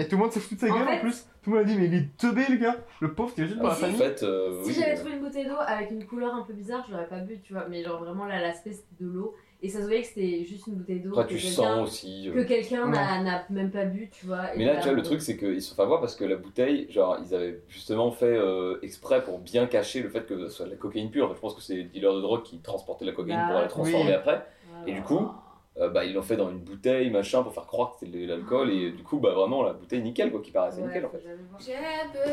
Speaker 10: Et tout le monde s'est foutu de sa
Speaker 4: En
Speaker 10: gueule en
Speaker 4: fait-
Speaker 10: plus. Tout le monde a dit, mais il est teubé le gars. Le pauvre, t'imagines pour la
Speaker 9: En
Speaker 10: famille.
Speaker 9: fait, euh,
Speaker 4: si
Speaker 9: oui.
Speaker 4: j'avais trouvé une bouteille d'eau avec une couleur un peu bizarre je l'aurais pas bu tu vois mais genre vraiment là l'aspect c'était de l'eau et ça se voyait que c'était juste une bouteille d'eau.
Speaker 9: Après,
Speaker 4: que
Speaker 9: tu
Speaker 4: quelqu'un-
Speaker 9: sens aussi, euh.
Speaker 4: Que quelqu'un n'a
Speaker 9: Ouais.
Speaker 4: n'a même pas bu tu vois. et
Speaker 9: Mais là,
Speaker 4: pas-
Speaker 9: tu vois, le truc, c'est qu'ils se font avoir parce que la bouteille, genre, ils avaient justement fait euh, exprès pour bien cacher le fait que ce soit de la cocaïne pure. Je pense que c'est les dealers de drogue qui transportaient la cocaïne
Speaker 4: Bah,
Speaker 9: pour la transformer
Speaker 4: oui.
Speaker 9: après. Et du coup, euh, bah, ils l'ont fait dans une bouteille, machin, pour faire croire que c'était de l'alcool. Et du coup, bah, vraiment, la bouteille nickel, quoi, qui paraissait
Speaker 4: Ouais,
Speaker 9: ah, nickel, en
Speaker 4: faut
Speaker 9: fait.
Speaker 4: jamais voir.
Speaker 7: J'ai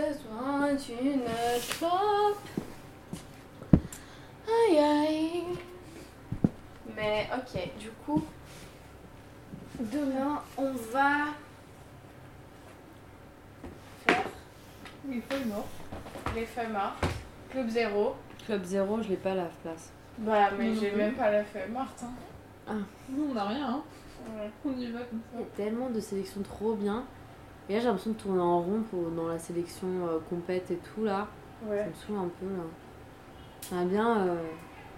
Speaker 7: besoin d'une clope. Aïe aïe. Mais ok, du coup, demain on va faire les feuilles mortes. Les feuilles mortes. Club zéro.
Speaker 12: Club Zéro, je l'ai pas la place.
Speaker 7: Bah
Speaker 6: Moi
Speaker 4: Mhm.
Speaker 7: mais
Speaker 6: non
Speaker 7: j'ai
Speaker 6: plus.
Speaker 7: même pas la feuille morte. Hein.
Speaker 4: Ah.
Speaker 6: Nous, on a rien, hein. On y va comme ça.
Speaker 4: Il y a tellement de sélections trop bien. Et là, j'ai l'impression de tourner en rond pour- dans la sélection euh, compète et tout, là.
Speaker 7: Ouais.
Speaker 4: Ça me saoule un peu, là. J'aimerais bien... euh,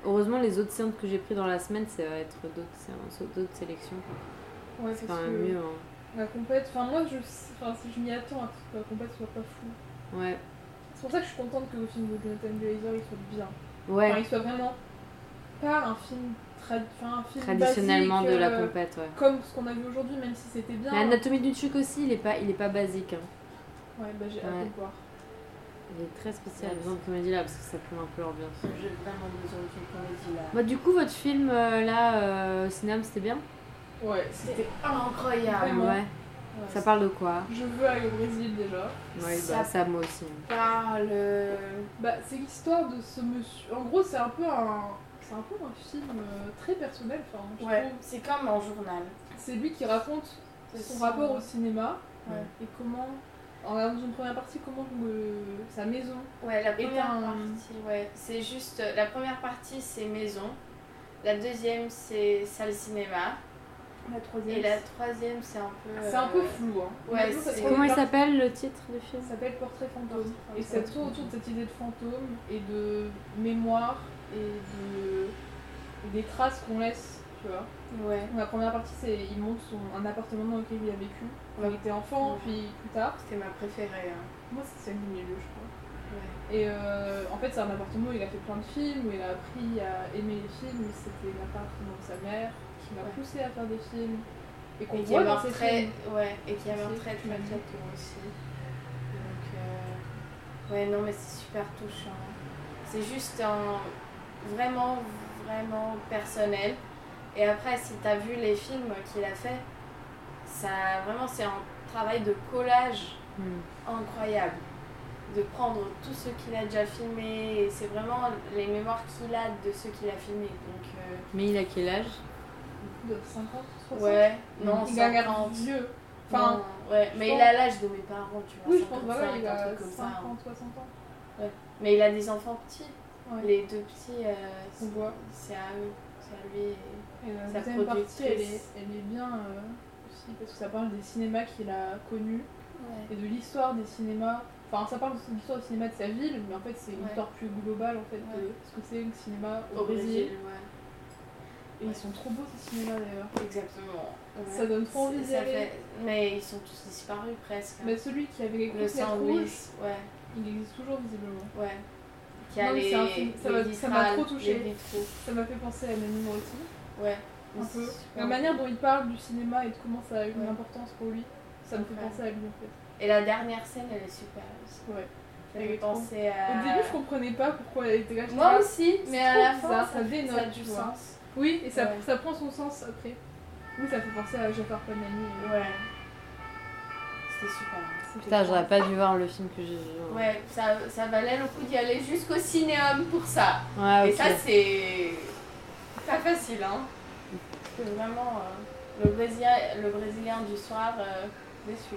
Speaker 4: Heureusement, les autres séances que j'ai prises dans la semaine, ça va être d'autres séances, d'autres sélections.
Speaker 6: Ouais,
Speaker 4: c'est
Speaker 6: c'est
Speaker 4: quand
Speaker 6: sûr.
Speaker 4: même mieux. hein.
Speaker 6: La compète, enfin moi je, enfin, si je m'y attends à ce que la compète soit pas fou.
Speaker 4: Ouais.
Speaker 6: C'est pour ça que je suis contente que le film de Jonathan Glazer il soit bien.
Speaker 4: Ouais.
Speaker 6: Enfin, il soit vraiment pas un film, trad... enfin, un film
Speaker 4: Traditionnellement
Speaker 6: basique,
Speaker 4: de la
Speaker 6: euh,
Speaker 4: compète, ouais.
Speaker 6: Comme ce qu'on a vu aujourd'hui, même si c'était bien.
Speaker 4: Mais Anatomie d'une chute aussi, il est pas, il est pas basique. hein.
Speaker 6: Ouais, bah j'ai hâte
Speaker 4: Ouais.
Speaker 6: de voir.
Speaker 4: Il est très spécial. J'ai besoin de comédie là, parce que ça plombe un peu l'ambiance.
Speaker 3: J'ai vraiment besoin de cette comédie là.
Speaker 4: Bah, du coup, votre film, euh, là, euh, au cinéma, c'était bien
Speaker 6: Ouais,
Speaker 7: c'était
Speaker 6: Ah,
Speaker 7: incroyable.
Speaker 4: Ouais. Ça parle de quoi
Speaker 6: Je veux aller au Brésil déjà.
Speaker 4: Ouais, bah, ça, moi aussi.
Speaker 7: parle.
Speaker 6: Bah, c'est l'histoire de ce monsieur. En gros, c'est un peu un. C'est un peu un film euh, très personnel. Enfin, je
Speaker 7: Ouais,
Speaker 6: trouve.
Speaker 7: c'est comme un journal.
Speaker 6: C'est lui qui raconte
Speaker 7: C'est
Speaker 6: son
Speaker 7: son-
Speaker 6: rapport au cinéma
Speaker 7: Ouais.
Speaker 6: et comment. En dans une première partie, comment le- sa maison.
Speaker 7: Ouais, la
Speaker 6: est
Speaker 7: première
Speaker 6: un-
Speaker 7: partie, ouais. C'est juste. La première partie, c'est maison. La deuxième, c'est salle cinéma.
Speaker 6: La troisième.
Speaker 7: Et la troisième, c'est un peu. euh,
Speaker 6: C'est un peu flou, hein.
Speaker 7: Ouais,
Speaker 6: Maison, ça fait
Speaker 7: c'est-
Speaker 4: Comment il
Speaker 6: partie-
Speaker 4: s'appelle le titre du film
Speaker 6: Ça s'appelle Portrait fantôme. Et ça tourne autour de cette idée de fantôme et de mémoire et de et des traces qu'on laisse, tu vois.
Speaker 7: Ouais.
Speaker 6: La première partie, c'est il montre son- un appartement dans lequel il a vécu quand il était enfant, puis plus tard.
Speaker 7: C'était ma préférée. hein.
Speaker 6: Moi, c'est celle du milieu, je crois. Et euh, en fait, c'est un appartement où il a fait plein de films, où il a appris à aimer les films. C'était l'appartement de sa mère qui l'a
Speaker 7: Ouais.
Speaker 6: poussé à faire des films. Et qu'on
Speaker 7: Et qui
Speaker 6: voit
Speaker 7: est
Speaker 6: dans
Speaker 7: mort
Speaker 6: ses
Speaker 7: très.
Speaker 6: films.
Speaker 7: Ouais, et qui est mort
Speaker 6: Aussi,
Speaker 7: très très très tôt aussi. Donc. euh, Ouais, non, mais c'est super touchant. C'est juste un. Vraiment, vraiment personnel. Et après, si t'as vu les films qu'il a fait, ça. Vraiment, c'est un travail de collage
Speaker 4: Hmm.
Speaker 7: incroyable de prendre tout ce qu'il a déjà filmé et c'est vraiment les mémoires qu'il a de ce qu'il a filmé donc euh,
Speaker 4: Mais il a quel âge
Speaker 6: De 50, 60.
Speaker 7: Ouais, non,
Speaker 6: il a l'air
Speaker 7: 50.
Speaker 6: vieux. Enfin,
Speaker 7: non, ouais,
Speaker 6: je
Speaker 7: mais
Speaker 6: pense-
Speaker 7: il a l'âge de mes parents, tu vois.
Speaker 6: Oui, je pense
Speaker 7: 55,
Speaker 6: voilà, il
Speaker 7: un
Speaker 6: a
Speaker 7: truc comme
Speaker 6: 50,
Speaker 7: ça, hein.
Speaker 6: 60 ans.
Speaker 7: Ouais. Mais il a des enfants petits.
Speaker 6: Ouais.
Speaker 7: Les deux petits, euh, c'est-
Speaker 6: voit.
Speaker 7: c'est à eux, c'est à lui
Speaker 6: Et
Speaker 7: et,
Speaker 6: la
Speaker 7: sa
Speaker 6: deuxième
Speaker 7: productrice.
Speaker 6: partie, elle est, elle est bien euh, aussi parce que ça parle des cinémas qu'il a connus
Speaker 7: Ouais.
Speaker 6: et de l'histoire des cinémas Enfin, ça parle de l'histoire du cinéma de sa ville, mais en fait, c'est une
Speaker 7: Ouais.
Speaker 6: histoire plus globale en fait de ce que c'est le cinéma au, Brésil. Et ils sont trop beaux ces cinémas d'ailleurs.
Speaker 7: Exactement.
Speaker 6: Ça donne trop envie
Speaker 7: Ça-
Speaker 6: d'y
Speaker 7: ça
Speaker 6: aller.
Speaker 7: fait- Mais ils sont tous disparus presque. hein.
Speaker 6: Mais celui qui avait les
Speaker 7: Le
Speaker 6: coups
Speaker 7: Saint-Louis,
Speaker 6: rouges,
Speaker 7: ouais.
Speaker 6: il existe toujours visiblement.
Speaker 7: Ouais. Qui a
Speaker 6: Non, mais
Speaker 7: les-
Speaker 6: c'est un film- ça
Speaker 7: les
Speaker 6: m'a- ça m'a
Speaker 7: vitrales,
Speaker 6: trop
Speaker 7: les
Speaker 6: touché.
Speaker 7: vitraux.
Speaker 6: Ça m'a fait penser à Nanimo aussi.
Speaker 7: Ouais.
Speaker 6: Un
Speaker 7: Mais
Speaker 6: peu.
Speaker 7: Ah, c'est-
Speaker 6: La
Speaker 7: ouais.
Speaker 6: manière dont il parle du cinéma et de comment ça a une importance pour lui, ça me fait penser à lui en fait.
Speaker 7: Et la dernière scène, elle est super aussi.
Speaker 6: Ouais.
Speaker 7: Ça
Speaker 6: Elle
Speaker 7: fait
Speaker 6: est trop-
Speaker 7: penser à.
Speaker 6: Au début, je comprenais pas pourquoi elle était là. j'étais
Speaker 7: Euh, Moi
Speaker 6: là,
Speaker 7: aussi,
Speaker 6: c'est
Speaker 7: mais à
Speaker 6: trop
Speaker 7: la
Speaker 6: bizarre,
Speaker 7: fin, ça-
Speaker 6: dénote,
Speaker 7: ça a du
Speaker 6: tu vois.
Speaker 7: sens.
Speaker 6: Oui, et ça,
Speaker 7: Ouais.
Speaker 6: ça prend son sens après. Oui, ça fait penser à Jafar Panani.
Speaker 7: Ouais. C'était super.
Speaker 4: Putain, j'aurais pas dû voir le film que j'ai vu. hein.
Speaker 7: Ouais, ça, ça valait le coup d'y aller jusqu'au cinéum pour ça.
Speaker 4: Ouais,
Speaker 7: Et
Speaker 4: ok.
Speaker 7: ça, c'est pas facile, hein. Parce que vraiment, euh, le, Brésilien, le Brésilien du soir, euh, déçu.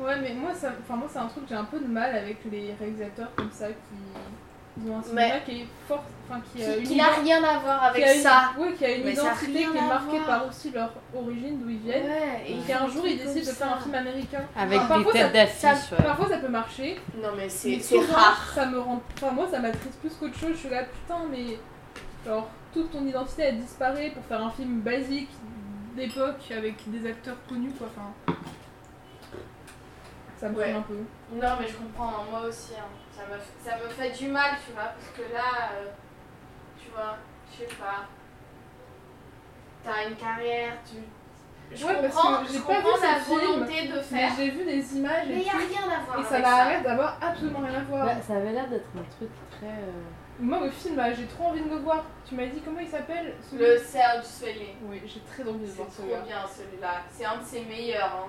Speaker 6: Ouais, mais moi, ça, enfin, moi c'est un truc que j'ai un peu de mal avec les réalisateurs comme ça qui ils ont un cinéma
Speaker 7: Mais-
Speaker 6: qui est fort. Enfin, qui, a
Speaker 7: Qui- euh,
Speaker 6: une
Speaker 7: qui n'a
Speaker 6: ident-
Speaker 7: rien à voir
Speaker 6: qui
Speaker 7: avec
Speaker 6: a une-
Speaker 7: ça.
Speaker 6: ouais, qui a une
Speaker 7: Mais ça a
Speaker 6: identité
Speaker 7: rien
Speaker 6: qui est
Speaker 7: à
Speaker 6: marquée
Speaker 7: voir.
Speaker 6: par aussi leur origine, d'où ils viennent.
Speaker 7: Ouais, et
Speaker 6: et
Speaker 7: ils
Speaker 6: qui
Speaker 7: font
Speaker 6: un
Speaker 7: des
Speaker 6: jour
Speaker 7: trucs
Speaker 6: ils décident de
Speaker 7: comme
Speaker 6: faire un
Speaker 7: ça.
Speaker 6: film américain.
Speaker 4: Avec
Speaker 6: Enfin,
Speaker 4: des
Speaker 6: parfois,
Speaker 4: têtes
Speaker 6: ça- ça-
Speaker 4: d'affiche, ouais.
Speaker 6: Parfois ça peut marcher.
Speaker 7: Non, mais c'est-
Speaker 6: mais
Speaker 7: c'est
Speaker 6: souvent,
Speaker 7: rare.
Speaker 6: Ça me rend. Enfin, moi ça m'attriste plus qu'autre chose. Je suis là, putain, mais. Genre, toute ton identité elle disparaît pour faire un film basique d'époque avec des acteurs connus, quoi. Enfin. Ça me
Speaker 7: Ouais.
Speaker 6: saoule un peu.
Speaker 7: Non, mais je comprends, hein, moi aussi. hein. Ça, me, ça me fait du mal, tu vois, parce que là, euh, tu vois, je sais pas. T'as une carrière, tu. Je
Speaker 6: Ouais, parce
Speaker 7: comprends,
Speaker 6: que
Speaker 7: je
Speaker 6: j'ai pas
Speaker 7: comprends
Speaker 6: vu
Speaker 7: la
Speaker 6: ce film,
Speaker 7: volonté de faire.
Speaker 6: mais J'ai vu des images. et
Speaker 7: Mais y a
Speaker 6: tout,
Speaker 7: rien à voir
Speaker 6: Et ça
Speaker 7: avec
Speaker 6: n'a
Speaker 7: ça.
Speaker 6: l'air d'avoir absolument rien à voir.
Speaker 4: Bah, ça avait l'air d'être un truc très. euh,
Speaker 6: Moi, le film, là, j'ai trop envie de le voir. Tu m'as dit comment il s'appelle celui-
Speaker 7: Le Serge Soyer.
Speaker 6: Oui, j'ai très envie de voir
Speaker 7: C'est
Speaker 6: celui-là.
Speaker 7: trop bien celui-là. C'est un de ses meilleurs. hein.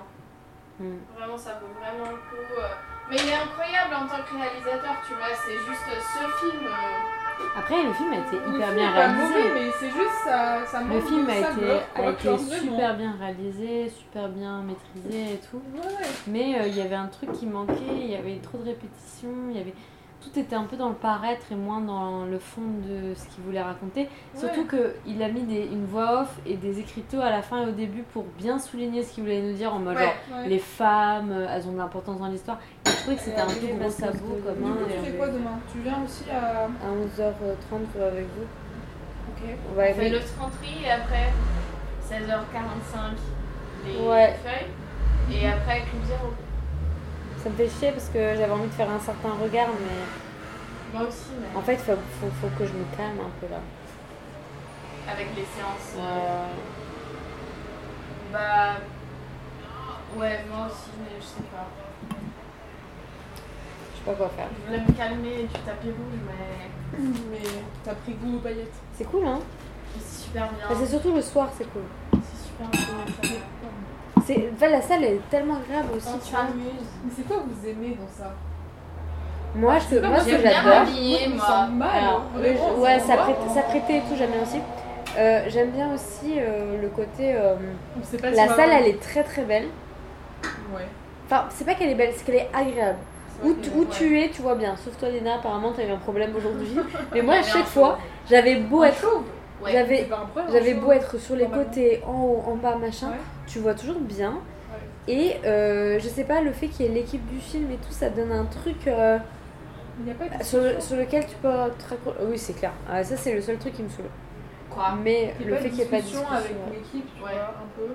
Speaker 4: hmm.
Speaker 7: Vraiment, ça vaut vraiment le coup. euh. Mais il est incroyable en tant que réalisateur, tu vois. C'est juste euh, ce film. euh,
Speaker 4: Après, le film a été
Speaker 7: Le
Speaker 4: hyper
Speaker 7: film
Speaker 4: bien
Speaker 7: est pas
Speaker 4: réalisé.
Speaker 7: mauvais,
Speaker 6: mais c'est juste ça, ça
Speaker 4: Le
Speaker 6: manque
Speaker 4: film
Speaker 6: de
Speaker 4: a
Speaker 6: sable
Speaker 4: été,
Speaker 6: d'or, quoi,
Speaker 4: a été
Speaker 6: genre, vraiment.
Speaker 4: super bien réalisé, super bien maîtrisé et tout. Mais euh, il y avait un truc qui manquait, il y avait trop de répétitions, il y avait... tout était un peu dans le paraître et moins dans le fond de ce qu'il voulait raconter. Surtout qu'il a mis des- une voix off et des écriteaux à la fin et au début pour bien souligner ce qu'il voulait nous dire en mode
Speaker 7: Ouais,
Speaker 4: genre,
Speaker 7: ouais.
Speaker 4: les femmes, euh, elles ont de l'importance dans l'histoire. Et je trouvais que c'était
Speaker 7: Elle
Speaker 4: un
Speaker 7: avait
Speaker 4: peu
Speaker 7: les
Speaker 4: gros
Speaker 7: masses
Speaker 4: sabot
Speaker 7: de-
Speaker 4: comme
Speaker 7: Du
Speaker 4: un.
Speaker 7: coup, tu
Speaker 4: et
Speaker 7: fais
Speaker 4: on
Speaker 6: Quoi
Speaker 4: est-
Speaker 6: demain Tu viens aussi à.
Speaker 4: À 11h30, je vais avec vous.
Speaker 6: Ok.
Speaker 4: On va
Speaker 7: On fait
Speaker 4: aimer.
Speaker 7: le 30 et après 16h45 les
Speaker 4: Ouais.
Speaker 7: feuilles et après Club Zéro.
Speaker 4: Ça me fait chier parce que j'avais envie de faire un certain regard, mais.
Speaker 7: Moi aussi, mais.
Speaker 4: En fait, faut, faut, faut que je me calme un peu là.
Speaker 7: Avec les séances.
Speaker 4: Euh,
Speaker 7: Bah. Ouais, moi aussi, mais je sais pas.
Speaker 4: Je sais pas quoi faire.
Speaker 7: Je voulais me calmer du tapis rouge, mais.
Speaker 6: Mais t'as pris goût aux paillettes.
Speaker 4: C'est cool, hein
Speaker 7: C'est super bien.
Speaker 4: Bah, C'est surtout le soir, c'est cool.
Speaker 7: C'est super bien. ça.
Speaker 4: C'est- enfin, la salle est tellement agréable aussi.
Speaker 7: On
Speaker 4: tu vois.
Speaker 7: s'amuse.
Speaker 6: Ah, Mais c'est quoi que vous aimez dans ça
Speaker 4: Moi, je,
Speaker 6: C'est pas
Speaker 4: moi,
Speaker 6: moi,
Speaker 4: ce que
Speaker 6: j'aime bien
Speaker 4: j'adore. Ah.
Speaker 6: m'habiller, moi. Je me sens mal,
Speaker 4: Alors,
Speaker 6: hein.
Speaker 4: le-
Speaker 6: Vraiment, on
Speaker 4: ouais,
Speaker 6: s'en
Speaker 4: ça,
Speaker 6: va.
Speaker 4: prête- ça prêtait et tout, j'aime bien aussi. Euh, j'aime bien aussi euh, le côté. euh,
Speaker 6: sait pas si
Speaker 4: la
Speaker 6: on va
Speaker 4: salle,
Speaker 6: voir.
Speaker 4: elle est très très belle.
Speaker 6: Ouais.
Speaker 4: Enfin, c'est pas qu'elle est belle, c'est qu'elle est agréable. Où, tu- où tu es, tu vois bien. Sauf toi, Léna, apparemment, t'as eu un problème aujourd'hui. Mais moi, à chaque fois, j'avais beau être.
Speaker 7: Ouais,
Speaker 4: j'avais-
Speaker 6: Eh
Speaker 7: c'est
Speaker 6: ben,
Speaker 7: pas un problème, un
Speaker 4: J'avais
Speaker 7: chauve,
Speaker 4: beau être sur les côtés, en haut, en bas, machin. Tu vois toujours bien. Et euh, je sais pas, le fait qu'il y ait l'équipe du film et tout, ça donne un truc. euh,
Speaker 6: Il y a pas de
Speaker 4: Ah,
Speaker 6: hein.
Speaker 4: sur, le- sur lequel tu peux te raccrocher. Oui, c'est clair. Ah, ça, c'est le seul truc qui me saoule.
Speaker 7: Quoi
Speaker 4: Mais
Speaker 6: Qu'il Ah. y ait
Speaker 4: le
Speaker 6: pas
Speaker 4: fait
Speaker 6: de
Speaker 4: qu'il n'y ait pas de
Speaker 6: discussion
Speaker 4: discussion.
Speaker 6: avec l'équipe, tu vois, un peu.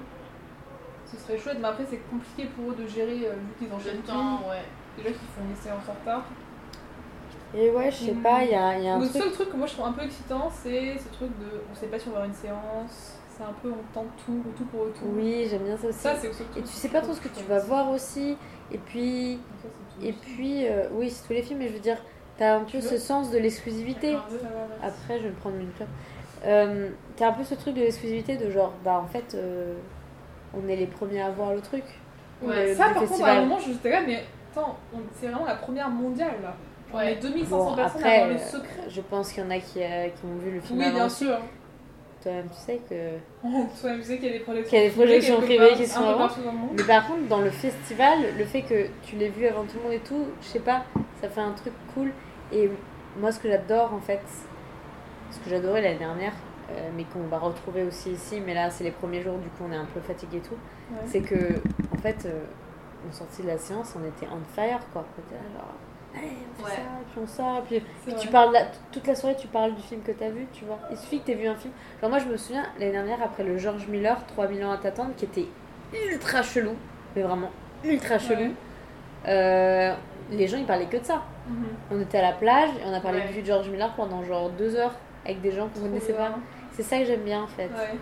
Speaker 6: Ce serait chouette, mais après c'est compliqué pour eux de gérer euh, vu qu'ils enchaînent
Speaker 7: temps,
Speaker 6: tout.
Speaker 7: ouais.
Speaker 6: Déjà qu'ils font les séances en retard.
Speaker 4: Et ouais, je sais pas, il y a, il y a un
Speaker 6: Le
Speaker 4: truc.
Speaker 6: seul truc que moi je trouve un peu excitant, c'est ce truc de on sait pas si on va avoir une séance, c'est un peu on tente tout, tout pour tout.
Speaker 4: Oui, j'aime bien ça aussi.
Speaker 6: Ça, c'est aussi
Speaker 4: et tu sais pas trop ce que tu vas voir aussi. Et puis. Et puis, euh, oui, c'est tous les films, mais je veux dire, t'as un peu ce sens de l'exclusivité. Après, je vais me prendre une clope. Euh, t'as un peu ce truc de l'exclusivité de genre, bah en fait, euh, on est les premiers à voir le truc.
Speaker 6: ça
Speaker 4: Le- du
Speaker 6: par contre, à
Speaker 4: festival.
Speaker 6: un moment j'étais là, mais attends, on- c'est vraiment la première mondiale là. On est 2500
Speaker 4: Bon,
Speaker 6: personnes
Speaker 4: après,
Speaker 6: à avoir le
Speaker 4: euh,
Speaker 6: secret.
Speaker 4: Je pense qu'il y en a qui, euh, qui ont vu le film.
Speaker 6: Oui,
Speaker 4: avant
Speaker 6: bien
Speaker 4: aussi.
Speaker 6: sûr.
Speaker 4: Toi-même, tu sais que.
Speaker 6: Toi, tu sais qu'il y a des projections,
Speaker 4: qu'il y a des projections
Speaker 6: quelque
Speaker 4: privées
Speaker 6: part,
Speaker 4: qui
Speaker 6: un
Speaker 4: sont
Speaker 6: peu
Speaker 4: avant.
Speaker 6: partout dans le monde.
Speaker 4: Mais par contre, dans le festival, le fait que tu l'aies vu avant tout le monde et tout, je sais pas, ça fait un truc cool. Et moi, ce que j'adore en fait, ce que j'adorais l'année dernière, euh, mais qu'on va retrouver aussi ici, mais là, c'est les premiers jours, du coup, on est un peu fatigué et tout,
Speaker 6: Ouais.
Speaker 4: c'est que en fait, euh, on sortit de la séance, on était on fire, quoi. On était là, genre, allez, on fait ça, et puis on sort, et puis, puis tu
Speaker 7: vrai.
Speaker 4: parles, la- toute la soirée, tu parles du film que t'as vu, tu vois. Il suffit que t'aies vu un film. Genre, moi, je me souviens, l'année dernière, après le George Miller, 3000 ans à t'attendre, qui était ultra chelou, mais vraiment ultra chelou, euh, les gens, ils parlaient que de ça.
Speaker 7: Mhm.
Speaker 4: On était à la plage et on a parlé
Speaker 7: Ouais.
Speaker 4: du de George Miller pendant genre deux heures avec des gens qu'on connaissait pas. C'est ça que j'aime bien en fait.
Speaker 7: Ouais.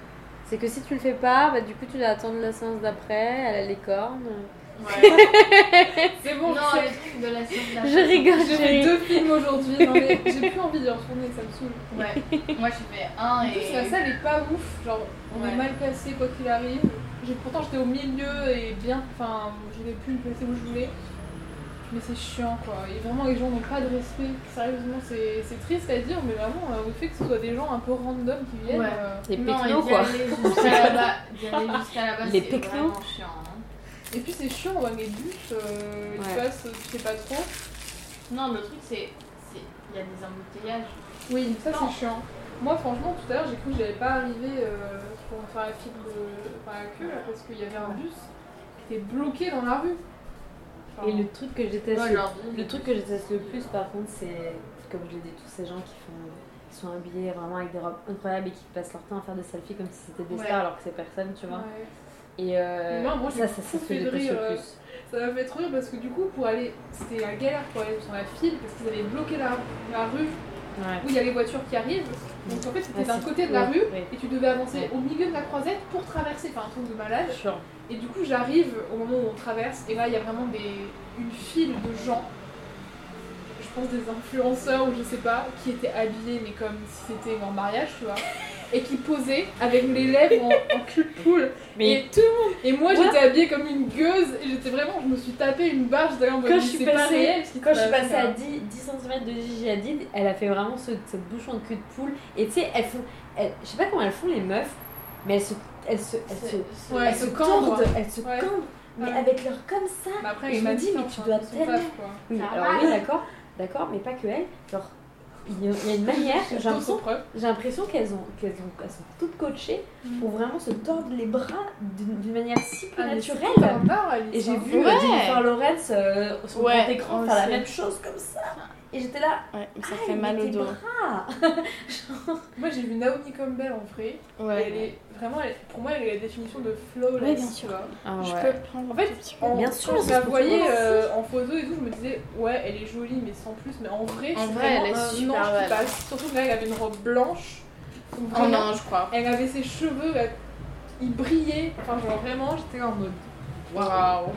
Speaker 4: C'est que si tu le fais pas, bah, du coup tu dois attendre la séance d'après, elle a les cornes.
Speaker 6: C'est bon,
Speaker 7: Non,
Speaker 6: je sais.
Speaker 7: le truc de la science de la
Speaker 4: Je
Speaker 7: chanson.
Speaker 4: rigole,
Speaker 6: J'ai
Speaker 4: je
Speaker 6: fait
Speaker 4: rigole.
Speaker 6: deux films aujourd'hui, non mais j'ai plus envie d'y retourner, ça me saoule.
Speaker 7: Ouais, moi j'ai fait un
Speaker 6: En
Speaker 7: et.
Speaker 6: plus, la salle est pas ouf, genre on est
Speaker 7: Ouais.
Speaker 6: mal placé quoi qu'il arrive. J'ai- Pourtant j'étais au milieu et bien, enfin j'avais pu me placer où je voulais. Mais c'est chiant quoi, et vraiment les gens n'ont pas de respect. Sérieusement, c'est c'est triste à dire, mais vraiment euh, le fait que ce soit des gens un peu random qui viennent.
Speaker 7: Ouais.
Speaker 6: euh,
Speaker 4: Des
Speaker 7: Non,
Speaker 4: pecnos,
Speaker 7: et d'y
Speaker 4: quoi.
Speaker 7: aller jusqu'à là-bas, d'y aller jusqu'à là-bas,
Speaker 4: Les
Speaker 7: c'est
Speaker 4: pecnos.
Speaker 7: vraiment chiant. hein.
Speaker 6: Et puis c'est chiant, ouais, les bus, euh, ils
Speaker 7: Ouais.
Speaker 6: passent, tu sais pas trop.
Speaker 7: Non, le truc c'est. c'est- Il y a des embouteillages.
Speaker 6: Oui, ça
Speaker 7: Non.
Speaker 6: c'est chiant. Moi franchement tout à l'heure j'ai cru que j'allais pas arriver euh, pour me faire la file de... par la queue là, parce qu'il y avait un bus qui était bloqué dans la rue. Enfin,
Speaker 4: Et le truc que je déteste,
Speaker 7: Ouais,
Speaker 4: le,
Speaker 7: leur vie,
Speaker 4: le
Speaker 7: c'est
Speaker 4: truc que je déteste le plus par contre, c'est comme je l'ai dit, tous ces gens qui font qui sont habillés vraiment avec des robes incroyables et qui passent leur temps à faire des selfies comme si c'était des
Speaker 6: Ouais.
Speaker 4: stars alors que c'est personne, tu vois.
Speaker 6: Ouais.
Speaker 4: Et euh,
Speaker 6: Non, moi, j'ai
Speaker 4: ça, ça,
Speaker 6: beaucoup
Speaker 4: c'est ce que
Speaker 6: fait
Speaker 4: je
Speaker 6: de
Speaker 4: déteste
Speaker 6: rire,
Speaker 4: le
Speaker 6: euh,
Speaker 4: plus.
Speaker 6: Ça m'a fait trop rire parce que du coup pour aller, c'était la galère pour aller sur la file parce qu'ils avaient bloqué la, la rue
Speaker 4: Ouais.
Speaker 6: où il y a les voitures qui arrivent. Donc en fait c'était
Speaker 4: Ouais,
Speaker 6: d'un
Speaker 4: c'est-
Speaker 6: côté de la
Speaker 4: ouais,
Speaker 6: rue
Speaker 4: ouais.
Speaker 6: et tu devais avancer
Speaker 4: Ouais.
Speaker 6: au milieu de la croisette pour traverser, enfin un truc de malade.
Speaker 4: Chiant.
Speaker 6: Et du coup j'arrive au moment où on traverse et là il y a vraiment des, une file de gens, je pense des influenceurs ou je sais pas, qui étaient habillés mais comme si c'était leur mariage tu vois. Et qui posaient avec les lèvres en, en cul de poule.
Speaker 4: Mais-
Speaker 6: Et tout le monde. Et moi
Speaker 4: What
Speaker 6: j'étais habillée comme une gueuse. Et j'étais vraiment. Je me suis tapé une barre. J'étais là en mode,
Speaker 4: Quand
Speaker 6: mais
Speaker 4: je suis
Speaker 6: c'est pas
Speaker 4: passée-
Speaker 6: réel, ce qui
Speaker 4: Quand
Speaker 6: se
Speaker 4: je suis
Speaker 6: passe, hein.
Speaker 4: passée
Speaker 6: là.
Speaker 4: à 10, 10 cm de Gigi Hadid, elle a fait vraiment ce- cette bouche en cul de poule. Et tu sais, elles font. elles- je sais pas comment elles font les meufs, mais elles se. Elles se. Elles se,
Speaker 6: Ouais,
Speaker 4: elles
Speaker 6: elles
Speaker 4: se
Speaker 6: se cambrent.
Speaker 4: tordent, elles se
Speaker 6: Ouais.
Speaker 4: cambrent, mais
Speaker 6: Ouais.
Speaker 4: avec leur comme ça.
Speaker 6: Mais après,
Speaker 4: Et je
Speaker 6: les
Speaker 4: me dis, mais
Speaker 6: maquilleurs,
Speaker 4: tu
Speaker 6: hein,
Speaker 4: dois
Speaker 6: ils sont
Speaker 4: tellement.
Speaker 6: paf, quoi.
Speaker 4: Oui,
Speaker 6: Ça
Speaker 4: alors
Speaker 6: va.
Speaker 4: oui, d'accord, d'accord, mais pas que elles. Genre, il y a il y a une manière, j'ai l'impression j'ai l'impression qu'elles ont, qu'elles ont, elles sont toutes coachées pour vraiment se tordre les bras d'une d'une manière si peu
Speaker 6: Ah, mais c'est
Speaker 4: naturelle.
Speaker 6: tout un bar, Alice,
Speaker 4: Et j'ai
Speaker 6: hein.
Speaker 4: vu euh,
Speaker 6: Ouais.
Speaker 4: Jennifer Lawrence euh, sur
Speaker 6: Ouais,
Speaker 4: le grand écran
Speaker 6: on
Speaker 4: faire la
Speaker 6: sait.
Speaker 4: même chose comme ça. Et j'étais là.
Speaker 13: Ouais, mais ça
Speaker 4: ah,
Speaker 13: fait
Speaker 4: mais
Speaker 13: mal au
Speaker 4: tes
Speaker 13: dos.
Speaker 4: bras.
Speaker 6: Moi j'ai vu Naomi Campbell en vrai.
Speaker 13: Ouais.
Speaker 6: Elle est vraiment, elle- pour moi, elle est la définition de flawless.
Speaker 13: Ouais, bien sûr.
Speaker 6: tu vois.
Speaker 13: Ah
Speaker 6: Je
Speaker 13: ouais.
Speaker 6: peux prendre. En fait, en-
Speaker 13: Bien sûr,
Speaker 6: quand
Speaker 13: c'est
Speaker 6: je
Speaker 13: ce
Speaker 6: la
Speaker 13: que tu
Speaker 6: voyais
Speaker 13: vois.
Speaker 6: euh, en photo et tout, je me disais ouais, elle est jolie, mais sans plus. Mais en vrai,
Speaker 13: En
Speaker 6: c'est
Speaker 13: vrai,
Speaker 6: vraiment
Speaker 13: elle est
Speaker 6: un
Speaker 13: super
Speaker 6: ange qui
Speaker 13: belle. Oh
Speaker 6: passe. Surtout que là, elle avait une robe blanche. Donc,
Speaker 13: En
Speaker 6: vraiment,
Speaker 13: ange, je crois.
Speaker 6: Elle avait ses cheveux, là, ils brillaient. Enfin, genre vraiment, j'étais en mode waouh,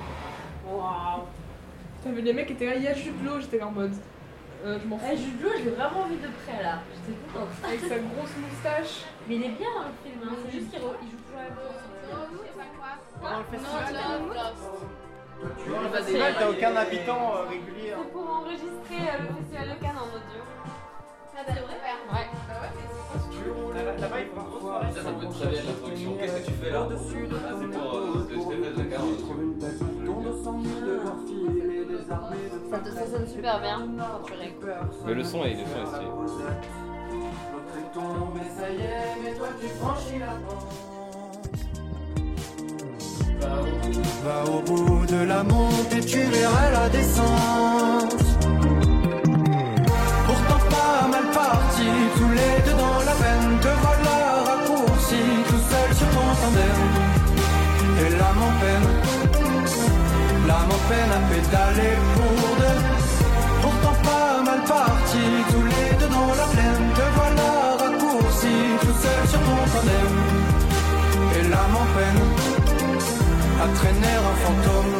Speaker 6: waouh. Putain, mais les mecs étaient là, il y a Jude Law, j'étais là en mode. euh, je m'en fous.
Speaker 4: Ah, Jude Law, je l'ai vraiment vu de près là. J'étais contente.
Speaker 6: Avec sa grosse moustache.
Speaker 4: Mais il est bien dans le film, hein. c'est juste qu'il re- il joue toujours la
Speaker 7: Dans le festival
Speaker 14: Le festival, t'as aucun habitant euh, régulier. hein.
Speaker 4: pour enregistrer le festival de Cannes en audio.
Speaker 7: Ah, c'est vrai
Speaker 4: Ouais.
Speaker 7: Ah
Speaker 14: Là-bas, ils font une grosse soirée.
Speaker 9: Ça, ça peut être très bien l'introduction. Qu'est-ce que tu fais là Ah, C'est pour euh, le Stéphane de Carre.
Speaker 4: Ça, te- ça sonne super bien quand tu récupères.
Speaker 9: Mais le son est, le son est stylé.
Speaker 10: Va au bout de la montée, tu verras la descente. Pourtant pas mal parti, tous les deux dans la veine, te voilà raccourci, tout seul sur ton tandem. Et l'âme en peine, l'âme en peine à pédaler pour deux. Pourtant pas mal parti, tous les deux dans la plaine, te voilà raccourci, tout seul sur ton tandem. Et l'âme en peine, à traîner un fantôme.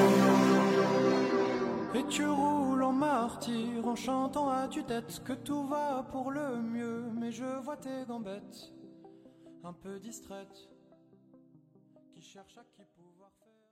Speaker 10: Et tu roules en martyr en chantant à tue-tête que tout va pour le mieux. Mais je vois tes gambettes un peu distraites qui cherchent à qui pouvoir faire.